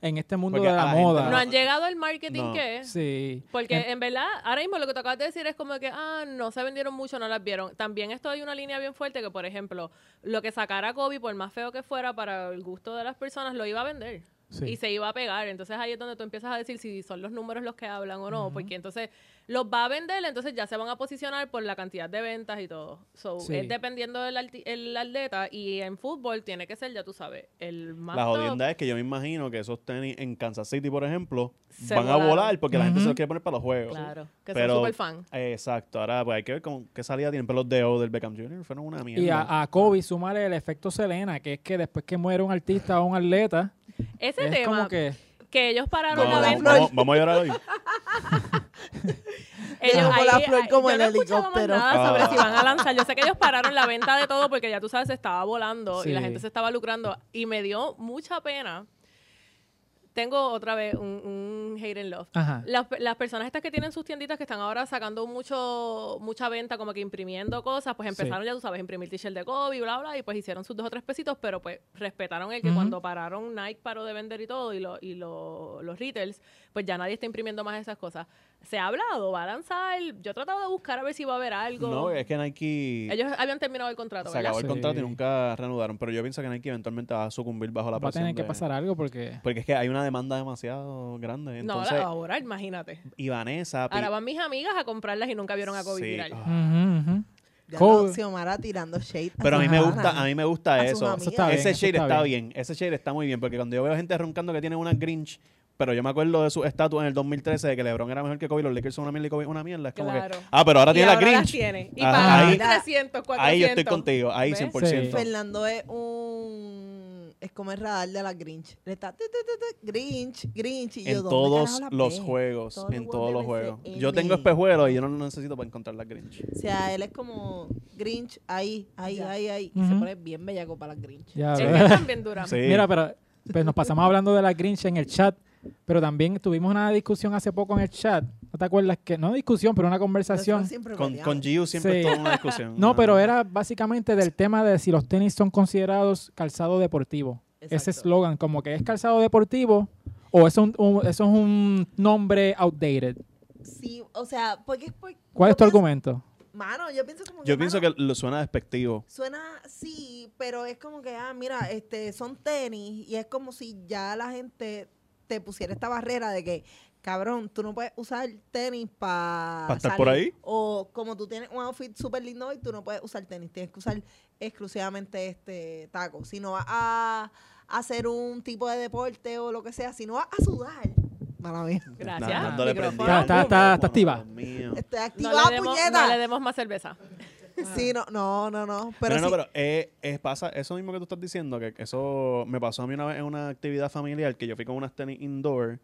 S1: en este mundo
S2: Porque
S1: de la
S2: a la gente
S1: moda.
S4: No han llegado al marketing
S2: No.
S4: que es.
S1: Sí.
S4: Porque
S1: En-
S4: en verdad, ahora mismo lo que te acabas de decir es como que, ah, no se vendieron mucho, no las vieron. También esto hay una línea bien fuerte que, por ejemplo, lo que sacara Kobe, por más feo que fuera, para el gusto de las personas, lo iba a vender.
S1: sí.
S4: Y se iba a pegar. Entonces ahí es donde tú empiezas a decir si son los números los que hablan o no,
S1: Ujú.
S4: porque entonces los va a vender, entonces ya se van a posicionar por la cantidad de ventas y todo. So,
S1: Sí.
S4: es dependiendo del arti- el atleta y en fútbol tiene que ser, ya tú sabes, el más
S2: La
S4: top.
S2: jodienda es que yo me imagino que esos tenis en Kansas City, por ejemplo,
S4: Se
S2: van a
S4: volaron.
S2: volar porque la gente se
S1: Ujú.
S2: los quiere poner para los juegos.
S4: Claro, que
S2: Pero-
S4: son super fan.
S2: Exacto, ahora pues hay que ver cómo, qué salida tienen, pero los de Odell Beckham Jr. fueron una mierda.
S1: Y a, a Kobe súmale el efecto Selena, que es que después que muere un artista o un atleta,
S4: Ese
S1: es
S4: tema
S1: como
S4: que...
S1: que
S4: ellos pararon
S2: No,
S3: la
S4: la
S2: vamos,
S4: venta.
S3: flor.
S2: vamos- vamos a llorar hoy.
S4: Ellos
S3: Como la
S4: ahí-
S3: flor,
S4: ahí-
S3: como
S4: yo
S3: el
S4: no he escuchado más
S3: helicóptero.
S4: nada sobre
S2: Ah.
S4: si van a lanzar. Yo sé que ellos pararon la venta de todo porque ya tú sabes, se estaba volando y la
S1: Sí.
S4: gente se estaba lucrando. Y me dio mucha pena. Tengo otra vez un, un hate and love.
S1: Ajá.
S4: Las, pe- las personas estas que tienen sus tienditas que están ahora sacando mucho mucha venta, como que imprimiendo cosas, pues
S1: Sí.
S4: empezaron, ya tú sabes, a imprimir t-shirt de Kobe, bla, bla, y pues hicieron sus dos o tres pesitos, pero pues respetaron el que
S1: Ujú.
S4: cuando pararon Nike paró de vender y todo, y, lo- y lo- los retails, pues ya nadie está imprimiendo más esas cosas. Se ha hablado, va a lanzar, yo he tratado de buscar a ver si va a haber algo.
S2: No, es que Nike
S4: Ellos habían terminado el contrato,
S2: se
S4: ¿verdad?
S2: acabó el
S1: Sí.
S2: contrato y nunca reanudaron. Pero yo pienso que Nike eventualmente va a sucumbir bajo la
S1: Va a
S2: presión.
S1: tener que
S2: de-
S1: pasar algo porque...
S2: Porque es que hay una demanda demasiado grande.
S4: no,
S2: Entonces,
S4: ahora, ahora, imagínate.
S2: y Vanessa. pi-
S4: Ahora van mis amigas a comprarlas y nunca vieron a Kobe
S2: Sí.
S4: viral.
S2: Ah.
S1: Ujú, ujú.
S3: Ya
S1: Cool.
S3: no, Xiomara tirando shade.
S2: Pero a mí me
S1: Ajá.
S2: gusta, a mí me gusta
S3: A sus
S2: eso.
S3: amigas.
S1: Está bien,
S2: Ese
S1: eso
S2: shade
S1: está
S2: está bien. Ese shade está muy bien. Porque cuando yo veo gente roncando que tiene una Grinch. Pero yo me acuerdo de su estatua en el 2013 de que LeBron era mejor que Kobe, los Lakers son una mierda y Kobe es una mierda. Es como que,
S4: Claro.
S2: ah, pero ahora
S4: y
S2: tiene
S4: ahora
S2: la
S4: las
S2: Grinch.
S4: tiene. Y
S2: Ajá.
S4: para
S2: Ahí-
S4: 300, 400.
S2: Ahí yo estoy contigo, ahí
S4: ¿Ves? Pues,
S2: 100%.
S3: Fernando es un. Es como el radar de la Grinch. Le está. tu, tu, tu, tu, Grinch, Grinch. Y yo,
S2: En
S3: ¿dónde
S2: todos
S3: carajo las
S2: los
S3: ves?
S2: juegos,
S3: Todos los
S2: en todos los
S3: juegos de
S2: juegos.
S3: BCN.
S2: Yo tengo espejuelos y yo no lo necesito para encontrar la Grinch.
S3: O sea, él es como Grinch ahí, ahí,
S4: Ya.
S3: ahí, ahí. Y se
S1: Ujú.
S3: pone bien bellaco para la Grinch.
S1: Ya ves.
S4: Es que están bien duras.
S2: Sí.
S1: Mira, pero pues nos pasamos hablando de la Grinch en el chat, pero también tuvimos una discusión hace poco en el chat. ¿No te acuerdas que? No discusión, pero una
S3: Nosotros
S1: conversación.
S3: siempre
S2: con,
S3: peleamos.
S2: con Giu siempre
S1: Sí.
S2: es toda una discusión.
S1: No, pero era básicamente del tema de si los tenis son considerados calzado deportivo. Ese
S3: Exacto.
S1: eslogan, como que es calzado deportivo o eso es un, un- eso es un nombre outdated.
S3: Sí, o sea, porque. porque-
S1: ¿Cuál
S3: yo
S1: es tu
S3: pienso-
S1: argumento?
S3: Mano, yo pienso como.
S2: Yo pienso
S3: mano,
S2: que lo suena despectivo.
S3: Suena sí, pero es como que, ah, mira, este, son tenis y es como si ya la gente te pusiera esta barrera de que, cabrón, tú no puedes usar tenis para...
S2: Pa estar por ahí.
S3: O como tú tienes un outfit súper lindo y tú no puedes usar tenis, tienes que usar exclusivamente este taco. Si no vas a hacer un tipo de deporte o lo que sea, si no vas a sudar. Mala mía.
S4: Gracias.
S2: Na- dándole
S4: Micrófono.
S2: prendida al
S1: Está- está- está- está
S2: micrófono,
S1: activa.
S2: Dios mío.
S3: Estoy
S4: No
S3: activada,
S4: le, demos,
S3: este, ah, puñeta.
S4: no le demos más cerveza.
S3: Sí, no, no, no, no. Pero,
S2: Pero no,
S3: sí,
S2: pero eh, eh, pasa eso mismo que tú estás diciendo, que eso me pasó a mí una vez en una actividad familiar, que yo fui con unas tenis indoor,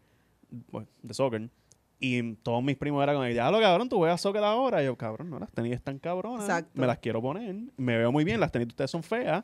S2: pues, de soccer, y todos mis primos eran como, ya lo cabrón, tú juegas soccer ahora. Y yo, cabrón, no, las tenis están cabronas,
S3: Exacto.
S2: me las quiero poner, me veo muy bien, las tenis de ustedes son feas,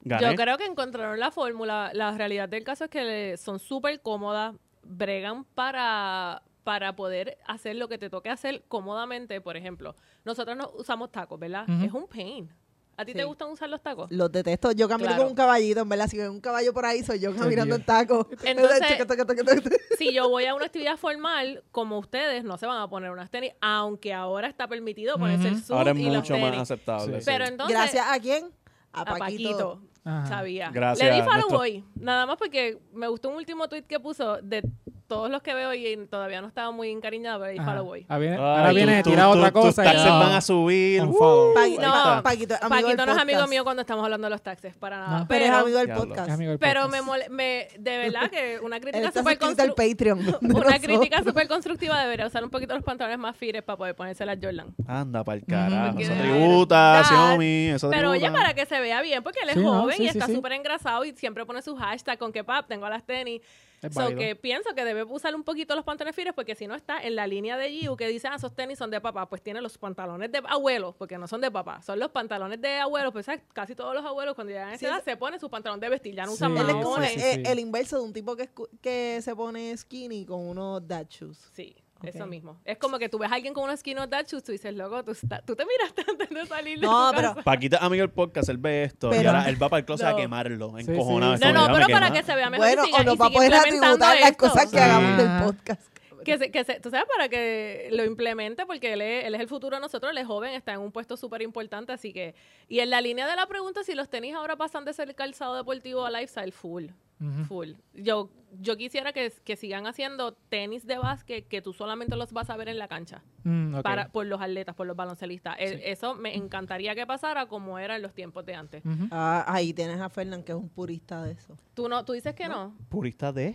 S2: gané.
S4: Yo creo que encontraron la fórmula. La realidad del caso es que le- son súper cómodas, bregan para, para poder hacer lo que te toque hacer cómodamente. Por ejemplo, nosotros no usamos tacos, ¿verdad?
S1: Ujú.
S4: Es un pain. ¿A ti te
S3: Sí.
S4: gustan usar los tacos?
S3: Los detesto. Yo camino
S4: Claro.
S3: con un caballito, en verdad. Si veo un caballo por ahí, soy yo caminando
S1: Dios.
S3: en taco.
S4: Entonces-
S3: Taca, taca, taca, taca, taca.
S4: si yo voy a una actividad formal, como ustedes, no se van a poner unas tenis, aunque ahora está permitido ponerse el
S1: Ujú.
S4: suit
S2: Ahora es
S4: y los
S2: mucho
S4: tenis.
S2: más aceptable.
S1: Sí.
S4: Pero
S2: sí.
S4: entonces,
S3: Gracias a quién? A Paquito.
S4: a Paquito.
S1: Ajá.
S4: Sabía.
S2: Gracias,
S4: Le di follow
S2: nuestro-
S4: hoy, nada más porque me gustó un último tweet que puso de todos los que veo y todavía no estaba muy encariñada, pero le di
S1: Ajá.
S4: follow hoy.
S1: Ah, viene-
S2: Ay,
S1: ahora
S2: tú-
S1: viene
S2: tú-
S1: tirada
S2: tú-
S1: otra cosa. y
S2: Tus taxes
S1: no.
S2: van a subir.
S1: Un
S2: uh,
S1: follow.
S3: Paqui-
S2: ahí
S4: no,
S2: está.
S3: Paquito es amigo del
S4: Paquito no es amigo
S3: podcast.
S4: mío cuando estamos hablando de los taxes, para nada.
S1: No.
S3: Pero es amigo del
S2: Diablo.
S1: Es
S3: podcast.
S1: amigo del
S4: pero me,
S1: podcast.
S4: mole- me de verdad que una
S3: Él
S4: crítica
S3: está
S4: súper
S3: suscrito al
S4: constru-
S3: Patreon. de
S4: una
S3: nosotros.
S4: crítica súper constructiva debería usar un poquito los pantalones más fires para poder ponerse las Jordan.
S2: Anda pa'l carajo.
S1: Porque
S2: Eso
S1: de
S2: tributa,
S4: verdad.
S2: Xiaomi. Eso
S4: Pero oye,
S2: tributa.
S4: para que se vea bien, porque él es
S1: Sí, ¿no?
S4: joven
S1: Sí,
S4: y
S1: sí,
S4: está
S1: sí.
S4: súper engrasado y siempre pone su hashtag con que pap, tengo las tenis.
S1: Es
S4: So
S1: válido.
S4: que pienso que debe usar un poquito los pantalones fires porque si no está en la línea de Giu que dice, ah, esos tenis son de papá, pues tiene los pantalones de abuelos, porque no son de papá, son los pantalones de abuelos, pues ¿sabes? casi todos los abuelos cuando llegan a esa
S3: Sí,
S4: edad
S3: es-
S4: se pone su pantalón de vestir, ya no usan
S1: Sí,
S3: Él es
S4: maones.
S3: como
S1: Sí, sí,
S3: eh,
S1: sí.
S3: el inverso de un tipo que, escu- que se pone skinny con unos dad shoes.
S4: Sí,
S3: Ok.
S4: eso mismo. Es como que tú ves a alguien con unos skin dad shoes, tú dices, loco, tú, está- tú te miraste antes de salir de
S3: No,
S4: tu
S3: pero-
S4: casa".
S2: Paquita, amigo del podcast, él ve esto. y
S3: Pero-
S2: ahora él va para el closet
S4: No.
S2: a quemarlo,
S1: Sí,
S2: encojonado.
S1: sí.
S2: es como,
S4: No, no,
S2: "Ya me
S4: pero para
S2: quema".
S4: que se vea mejor
S3: Bueno,
S4: y siga-
S3: o
S4: y
S3: nos va a
S4: siga
S3: poder
S4: implementando
S3: atributar las
S4: esto.
S3: cosas que
S1: Sí. Ah.
S3: hagamos del podcast.
S4: Que se, que se- tú sabes, para que lo implemente, porque él es, él es el futuro de nosotros, él es joven, está en un puesto súper importante, así que... Y en la línea de la pregunta, si los tenis ahora pasan de ser calzado deportivo a lifestyle, full,
S1: Ujú.
S4: full. Yo, yo quisiera que, que sigan haciendo tenis de básquet que tú solamente los vas a ver en la cancha,
S1: Mm, ok.
S4: para, por los atletas, por los baloncelistas. E-
S1: Sí.
S4: Eso me encantaría que pasara como era en los tiempos de antes.
S1: Ujú.
S3: Ah, ahí tienes a Fernán, que es un purista de eso.
S4: ¿Tú, no, tú dices que no?
S2: Purista de.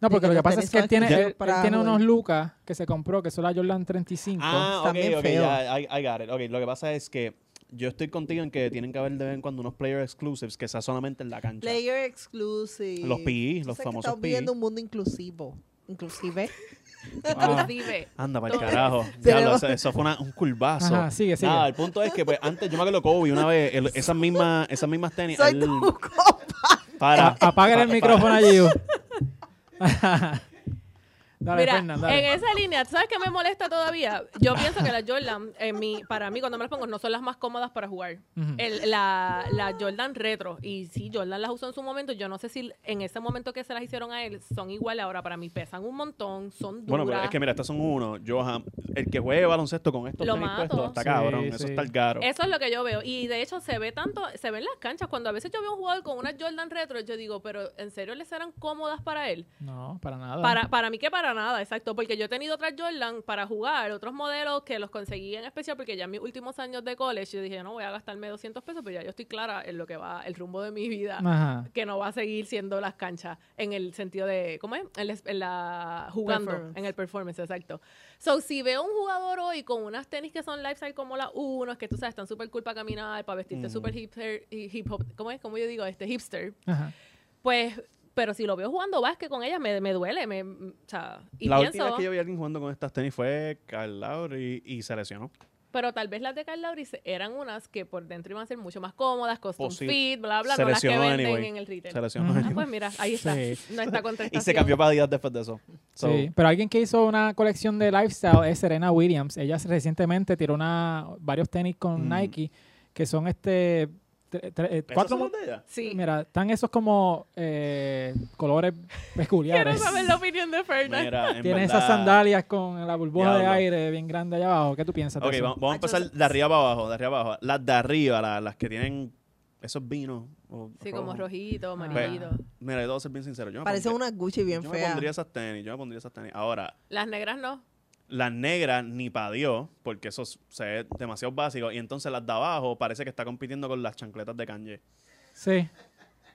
S1: No, porque
S3: que
S1: lo que
S3: los
S1: pasa
S3: tenis
S1: es que él
S3: son
S1: tiene,
S3: exclusivos
S1: él- él
S3: para
S1: tiene unos
S3: jugar.
S1: Lucas que se compró, que son la Jordan 35.
S2: Ah,
S3: Está
S2: ok,
S3: bien
S2: ok,
S3: feo.
S2: ya, I, I got it. Ok, lo que pasa es que yo estoy contigo en que tienen que haber de vez en cuando unos player exclusives que sea solamente en la cancha.
S3: Player exclusive.
S2: Los PI,
S3: Tú
S2: los
S3: sabes que
S2: famosos
S3: Estamos
S2: PI.
S3: viviendo un mundo inclusivo. Inclusive.
S1: Wow.
S4: Inclusive.
S2: Anda, para el
S4: Todo.
S2: carajo.
S3: Pero-
S2: Diablo, eso, eso fue una- un culbazo.
S1: Ajá, sigue, sigue.
S2: Nada, el punto es que pues, antes yo me acuerdo Kobe una vez, el- esas, mismas, esas mismas tenis.
S3: Soy
S2: él-
S3: tu compa.
S2: para,
S1: A- Apaga el
S2: pa-
S1: micrófono allí. dale,
S4: Mira,
S1: Fernan, dale.
S4: en esa línea, ¿tú ¿sabes qué me molesta todavía? Yo pienso que las Jordan, en mi, para mí, cuando me las pongo, no son las más cómodas para jugar.
S1: Ujú.
S4: El- la, la Jordan retro, y sí, Jordan las usó en su momento, yo no sé si en ese momento que se las hicieron a él, son iguales ahora. Para mí pesan un montón, son duras.
S2: Bueno, pero es que mira, estas son uno. Yo, ajá, el que juegue baloncesto con estos
S4: Lo
S2: tenis
S4: mato.
S2: puestos está
S1: Sí,
S2: cabrón.
S1: sí.
S2: Eso está el caro.
S4: Eso es lo que yo veo. Y de hecho se ve tanto, se ve en las canchas. Cuando a veces yo veo un jugador con una Jordan retro, yo digo, pero ¿en serio les serán cómodas para él?
S1: No, para nada.
S4: Para, para mí que para nada, exacto, porque yo he tenido otras Jordan para jugar, otros modelos que los conseguí en especial porque ya en mis últimos años de college yo dije, no voy a gastarme 200 pesos, pero ya yo estoy clara en lo que va el rumbo de mi vida,
S1: Ajá.
S4: que no va a seguir siendo las canchas en el sentido de, ¿cómo es? En la, en la- jugando,
S3: Performance.
S4: en el performance, exacto. So, si veo un jugador hoy con unas tenis que son lifestyle como las unos, que tú sabes, están súper cool para caminar, para vestirte
S2: Ujú.
S4: súper hipster, hip hop, ¿cómo es? Como yo digo, este hipster.
S1: Ajá.
S4: Pues, pero si lo veo jugando básquet con ella, me, me duele. Me, mm, o sea, y
S2: la última
S4: pienso,
S2: vez que yo vi a alguien jugando con estas tenis fue Carl Lowry y, y se lesionó.
S4: pero tal vez las de Carl Lowry se- eran unas que por dentro iban a ser mucho más cómodas, custom
S2: Posible.
S4: fit, bla,
S2: Pues
S4: bla,
S2: Se
S4: no las que
S2: lesionó
S4: venden
S2: anyway.
S4: en el retail.
S2: Se lesionó.
S1: Ajá.
S4: Ah, pues mira, ahí está.
S1: Sí.
S4: No está contestación.
S2: Y se cambió para Adidas después de eso. So,
S1: Sí, pero alguien que hizo una colección de lifestyle es Serena Williams. Ella recientemente tiró una, varios tenis con
S2: Mm.
S1: Nike que son este tre- tre- eh,
S2: ¿esas
S1: cuatro
S2: son
S1: mo-
S2: las de ella?
S4: Sí.
S1: mira, están esos como eh, colores
S4: Quiero
S1: peculiares.
S4: saber la opinión de Fernan.
S2: Mira, en
S1: Tiene
S2: verdad-
S1: esas sandalias con la burbuja de
S2: Diablo.
S1: aire bien grande allá abajo. ¿Qué tú piensas de
S2: Ok,
S1: eso?
S2: vamos, vamos a
S3: Hacho,
S2: empezar
S3: se-
S2: de arriba para abajo, de arriba para abajo. Las de arriba, la- las que tienen esos vinos. o
S4: Sí, como
S2: rojos.
S4: rojito, amarillito.
S1: Pues-
S2: Mira, yo debo ser bien sincero. Yo me
S3: Parece
S2: pondría-
S3: una Gucci bien
S2: Yo me
S3: fea.
S2: pondría esas tenis, yo me pondría esas tenis. Ahora,
S4: Las negras no.
S2: las negras ni pa' Dios, porque eso es- se ve demasiado básico. Y entonces las de abajo parece que está compitiendo con las chancletas de Kanye.
S1: Sí.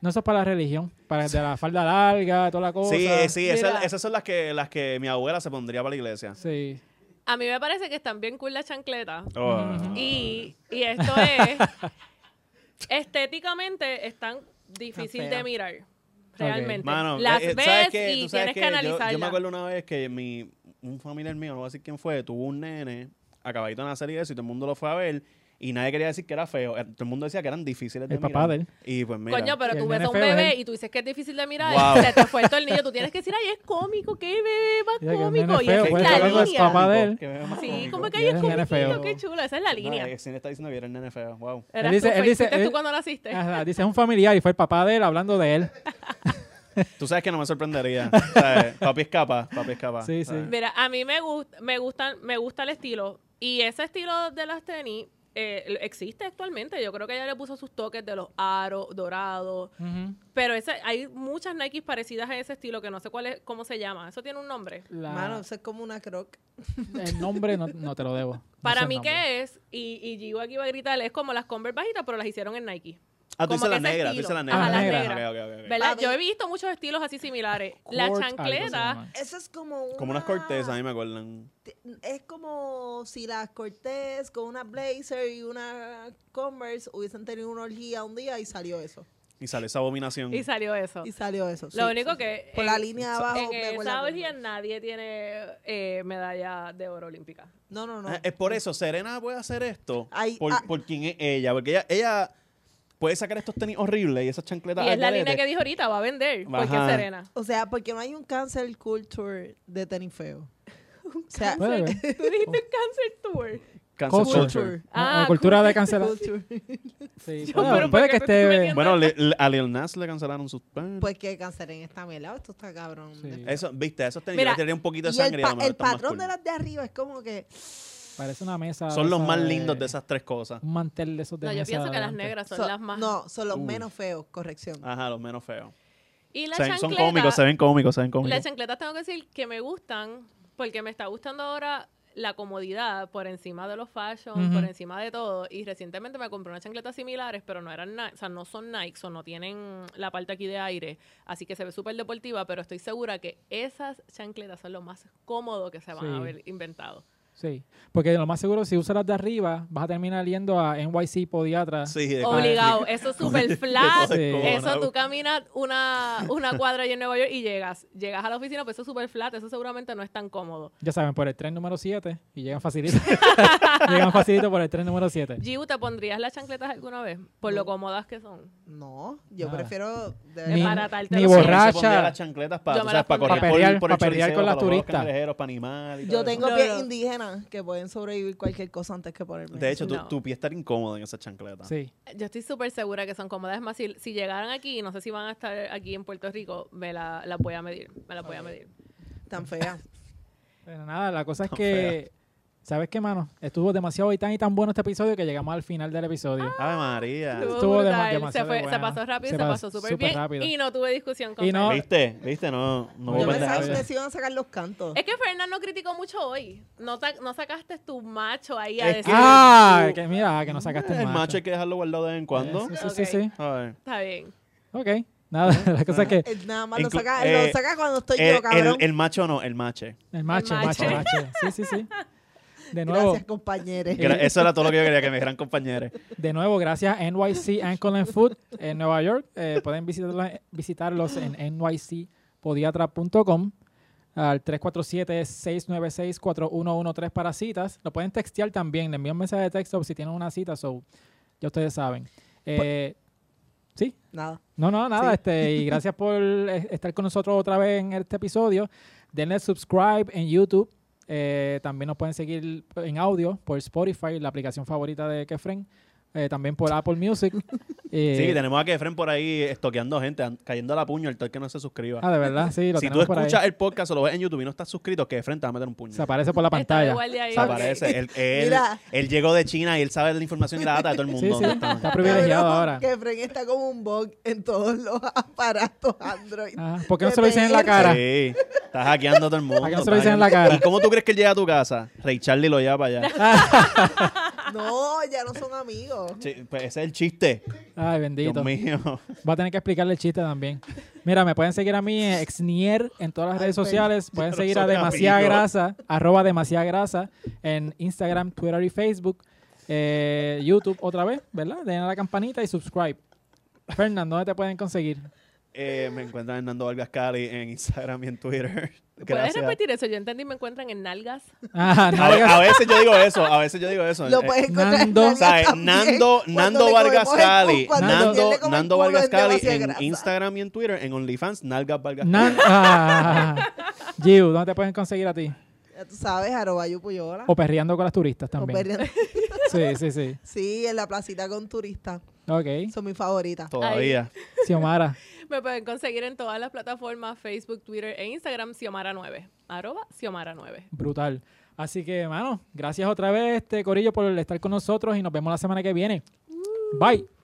S1: No, eso es para la religión, para el de la falda larga, toda la cosa.
S2: sí, eh, sí, esa-
S4: mira.
S2: esas son las que, las que mi abuela se pondría para la iglesia.
S1: Sí.
S4: A mí me parece que están bien cool las chancletas.
S2: Oh.
S4: Y, y esto es, estéticamente están difícil de
S3: feas.
S4: mirar. Realmente.
S2: Mano,
S4: Las
S2: eh, eh,
S4: ves
S2: ¿sabes qué?
S4: y
S2: Tú sabes
S4: tienes
S2: qué?
S4: que
S2: Yo- Yo, me
S4: analizarlas.
S2: acuerdo una vez que mi, un familiar mío, no voy a decir quién fue, tuvo un nene acabadito de nacer y eso, y todo el mundo lo fue a ver, y nadie quería decir que era feo. Eh, Todo el mundo decía que eran difíciles de
S1: El papá de
S2: mirar.
S1: él.
S2: Y pues mira.
S4: Coño, pero
S1: Y
S4: tú
S1: el
S4: ves
S1: nene
S4: a un
S1: feo es
S4: bebé
S1: él.
S4: y tú dices que es difícil de mirar,
S2: Wow.
S4: se te fue el tornillo, tú tienes que decir, ay, es cómico, qué bebé más
S1: Dice que el
S4: cómico.
S1: nene
S4: Y
S1: feo,
S4: esa
S1: pues,
S4: es la
S1: algo es
S4: línea.
S1: papá. de él.
S2: Que veo más
S4: Sí,
S2: cómico.
S4: como que
S1: Y
S4: ay,
S1: es
S4: es
S1: el nene
S4: comiquito,
S1: feo.
S4: qué chula, esa es la
S2: No,
S4: línea.
S2: eh, sí le está diciendo que era el nene feo. Wow.
S4: Eras
S1: Él dice-
S4: tú,
S1: él
S4: fue-
S1: dice-
S4: fuiste
S1: él-
S4: tú cuando naciste.
S1: Ajá, dice, es un familiar y fue el papá de él hablando de él.
S2: Tú sabes que no me sorprendería. O sea, papi escapa, papi escapa.
S1: Sí, sí.
S2: ¿sabes?
S4: Mira, a mí me gusta, me gustan, me gusta el estilo. Y ese estilo de las tenis eh, existe actualmente. Yo creo que ella le puso sus toques de los aros dorados.
S1: Ujú.
S4: Pero ese, hay muchas Nikes parecidas a ese estilo que no sé cuál es, cómo se llama. Eso tiene un nombre.
S1: La-
S3: Mano, eso es como una croc.
S1: El nombre no, no te lo debo. No sé
S4: Para
S1: el
S4: mí,
S1: nombre.
S4: ¿qué es? Y, y Gigo aquí va a gritar, es como las Converse bajitas, pero las hicieron en Nike.
S2: Ah, tú
S4: como
S2: dices
S4: que
S2: la
S4: ese
S2: negra, tú
S4: estilo.
S2: dices la negra.
S1: Ajá, la
S4: negra.
S2: Ok, ok, ok, ok.
S4: ¿Verdad?
S3: Papi.
S4: Yo he visto muchos estilos así similares. La
S1: Court, algo se
S4: chancleta,
S1: llama.
S3: Eso es como una...
S2: Como unas cortezas, a mí me acuerdan.
S3: te- es como si las Cortés con una blazer y una Converse hubiesen tenido una orgía un día y salió eso.
S2: Y sale esa abominación.
S4: y salió eso.
S3: Y salió eso. sí,
S4: Lo único
S3: sí, sí.
S4: que...
S3: Por
S4: en-
S3: la línea de abajo.
S4: En
S3: me huele a
S4: esa orgía
S3: Converse.
S4: nadie tiene eh, medalla de oro olímpica.
S3: No, no, no.
S2: Ah, Es por eso, Serena puede hacer esto
S3: Ay,
S2: por,
S3: ah.
S2: por quién es ella. Porque ella, ella puede sacar estos tenis horribles y esas chancletas.
S4: Y es la línea
S2: algaretes.
S4: que dijo ahorita, va a vender, porque
S2: Ajá.
S4: es Serena.
S3: O sea, porque no hay un cancel culture de tenis feo. o sea,
S1: Puede ver.
S4: Tú dijiste Cancer Tour.
S2: Cancel
S1: Culture.
S2: culture.
S1: Ah,
S4: Ah,
S1: cultura de cancelar.
S3: culture.
S1: Sí,
S4: Yo,
S1: puede, puede
S4: pero ¿por
S1: que
S4: qué te estoy
S1: esté.
S4: metiendo?
S2: Bueno, le- le- a Lil Nas le cancelaron sus tenis.
S3: Pues que cancelen esta mierda. Esto está cabrón.
S1: Sí,
S2: Eso, viste, esos tenis
S4: Mira,
S2: yo le tiraría un poquito de
S3: Y el,
S2: sangre. y a
S3: pa-
S2: lo mejor
S3: el
S2: están más
S3: patrón
S2: cool.
S3: de las de arriba es como que
S1: Parece una mesa.
S2: Son los
S1: esa
S2: más
S1: de-
S2: lindos de esas tres cosas.
S1: Un mantel de esos de
S4: No, yo
S1: mesa
S4: pienso que las
S1: adelante.
S4: negras son
S3: son-
S4: las más...
S3: no, son los
S2: Uf.
S3: menos feos, corrección.
S2: Ajá, los menos feos.
S4: Y la
S2: Se ven-
S4: chancleta...
S2: son cómicos, se ven cómicos, se ven
S4: Las
S2: cómicos.
S4: chancletas tengo que decir que me gustan porque me está gustando ahora la comodidad por encima de los fashion,
S1: Ujú.
S4: por encima de todo. Y recientemente me compré unas chancletas similares, pero no eran Nike, o sea, no son Nike, o no tienen la parte aquí de aire. Así que se ve súper deportiva, pero estoy segura que esas chancletas son lo más cómodo que se van a
S1: Sí.
S4: haber inventado.
S1: Sí. Porque lo más seguro, si usas las de arriba, vas a terminar yendo a NYC Podiatra.
S2: Sí, de-
S4: Obligado, eso es súper flat.
S1: Eso es como
S4: Eso tú caminas una, una cuadra allí en Nueva York y llegas. Llegas a la oficina, pues eso es súper flat, eso seguramente no es tan cómodo.
S1: Ya saben, por el tren número 7 y llegan facilito. llegan facilito por el tren número 7.
S4: Giu, ¿te pondrías las chancletas alguna vez? Por lo
S3: No.
S4: cómodas que son.
S3: No, yo
S1: Nada.
S3: prefiero. De
S1: Ni-
S3: verdad.
S4: Embaratarte
S1: ni
S4: los
S2: Yo
S4: pies.
S2: me
S1: borracha.
S2: pondría las chancletas para,
S4: Yo me las
S2: para correr
S1: Pa'
S4: pondría.
S2: por-
S1: pelear-
S2: por,
S1: pa' pelear con las turistas.
S2: para animar y todo
S3: Yo tengo
S4: No,
S3: pies
S4: no.
S3: indígenas que pueden sobrevivir cualquier cosa antes que
S2: eso.
S3: ponerme.
S2: De hecho,
S4: No.
S2: tu, tu pie estaría incómodo en esas chancletas.
S1: Sí.
S4: Yo estoy súper segura que son cómodas. Es más, si, si llegaran aquí, no sé si van a estar aquí en Puerto Rico, me la- las voy a medir. Me las voy a medir.
S3: tan fea.
S1: Pero nada, la cosa es
S2: Tan
S1: que. ¿Sabes qué, mano? Estuvo demasiado y tan y tan bueno este episodio que llegamos al final del episodio.
S2: Ave María.
S1: Estuvo
S4: brutal.
S1: dema-
S4: se,
S1: demasiado
S4: fue-
S1: buena.
S4: se pasó rápido,
S1: Se
S4: se,
S1: pasó
S4: pasó súper
S1: súper
S4: bien.
S1: rápido.
S4: Y no tuve discusión con
S1: Y no-
S4: Fernanda.
S2: ¿Viste? ¿Viste? No, no hubo
S1: pendeja,
S3: yo pensaba que
S1: ya.
S2: pendejadas.
S3: ustedes iban a sacar los cantos.
S4: Es que Fernando no criticó mucho hoy. No, sa- no sacaste tu macho ahí a
S2: Es
S4: decir.
S2: que-
S1: ¡Ah! Que mira, que nos sacaste
S2: El macho hay que dejarlo guardado de vez en cuando.
S1: Sí, sí, sí, sí.
S2: A ver.
S4: Está bien.
S1: Ok. Nada, la cosa es que.
S3: Él nada más lo
S2: Inclu-
S3: saca,
S2: eh,
S3: lo saca cuando estoy
S2: El,
S3: yo, cabrón.
S2: el- el macho no, el mache.
S1: El macho, el
S4: El
S1: macho, el macho. Sí, sí, sí. De nuevo,
S3: Gracias, compañeros.
S1: Eh,
S2: Gra- Eso era todo lo que yo quería que me dijeran compañeros.
S1: de nuevo, gracias a NYC Ankle and Foot en Nueva York. Eh, pueden visitarla- visitarlos en nycpodiatra.com al 347-696-4113 para citas. Lo pueden textear también. Le envían mensaje de texto si tienen una cita. So, ya ustedes saben. Eh, sí.
S3: Nada.
S1: No, no, nada.
S3: Sí.
S1: Este, y gracias por eh, estar con nosotros otra vez en este episodio. Denle subscribe en YouTube. Eh, también nos pueden seguir en audio por Spotify, la aplicación favorita de Kefren. Eh, también por Apple Music. Eh,
S2: Sí, tenemos a Kefren por ahí estoqueando gente, an- cayendo a la puño el tal que no se suscriba.
S1: Ah, de verdad, sí, lo
S2: si tú
S1: tenemos por ahí.
S2: escuchas el podcast o lo ves en YouTube y no estás suscrito, Kefren te va a meter un puño.
S1: Se aparece por la
S4: Está de
S1: pantalla.
S4: guardia ahí.
S2: Se aparece. Él, él-
S3: Mira.
S2: él llegó de China y él sabe la información y la data de todo el mundo.
S1: Sí, sí,
S2: Entonces,
S1: está privilegiado
S3: Cabrón,
S1: ahora.
S3: Que Fren está como un bug en todos los aparatos Android.
S1: Ah, ¿Por qué no se lo dicen en la cara?
S2: Sí, estás hackeando a todo el mundo.
S1: ¿A qué no se
S2: estás
S1: lo dicen en la
S2: hackeando.
S1: cara?
S2: ¿Y cómo tú crees que él llega a tu casa? Ray Charlie lo lleva para allá.
S1: Ah.
S3: No, ya no son amigos.
S2: Sí, pues ese es el chiste.
S1: Ay,
S2: Dios
S1: bendito.
S2: mío.
S1: Va a tener que explicarle el chiste también. Mira, me pueden seguir a mí en Exnier en todas las
S3: Ay,
S1: redes
S3: pero-
S1: sociales. Pueden
S2: pero
S1: seguir a
S2: soy
S1: Demasiada
S2: amigo.
S1: Grasa, arroba Demasiada Grasa, en Instagram, Twitter y Facebook. Eh, YouTube otra vez, ¿verdad? Den a la campanita y subscribe. Fernando, ¿dónde te pueden conseguir?
S2: Eh, me encuentran en Nando Vargas Cali en Instagram y en Twitter.
S4: ¿Puedes
S2: Gracias.
S4: repetir eso? Yo entendí, me encuentran en nalgas.
S1: Ah,
S2: A, ve-
S1: nalgas.
S2: a veces yo digo eso, a veces yo digo eso.
S3: Lo
S2: Eh,
S3: puedes encontrar en
S1: Nando.
S3: Nalgas
S2: ¿sabes?
S3: también,
S2: Nando,
S3: cuando
S2: Nando
S3: le
S2: Vargas
S3: comemos el cu-
S2: Cali,
S3: cuando
S2: Nando,
S3: le come el
S2: Nando
S3: culo,
S2: Vargas
S3: es
S2: Cali
S3: demasiada
S2: en
S3: grasa.
S2: Instagram y en Twitter, en OnlyFans, Nalgas Vargas
S1: Nan- ah. Giu, ¿dónde te pueden conseguir a ti?
S3: Ya tú sabes, Arobayo Puyola.
S1: O perreando con las turistas
S3: O
S1: también.
S3: Perrián-
S1: Sí, sí, sí.
S3: Sí, en la placita con turistas.
S1: Ok.
S3: Son mis favoritas.
S2: Todavía.
S1: Xiomara.
S4: Me pueden conseguir en todas las plataformas, Facebook, Twitter e Instagram, Xiomara9. Arroba Xiomara9.
S1: Brutal. Así que, hermano, gracias otra vez, este Corillo, por estar con nosotros y nos vemos la semana que viene. Bye.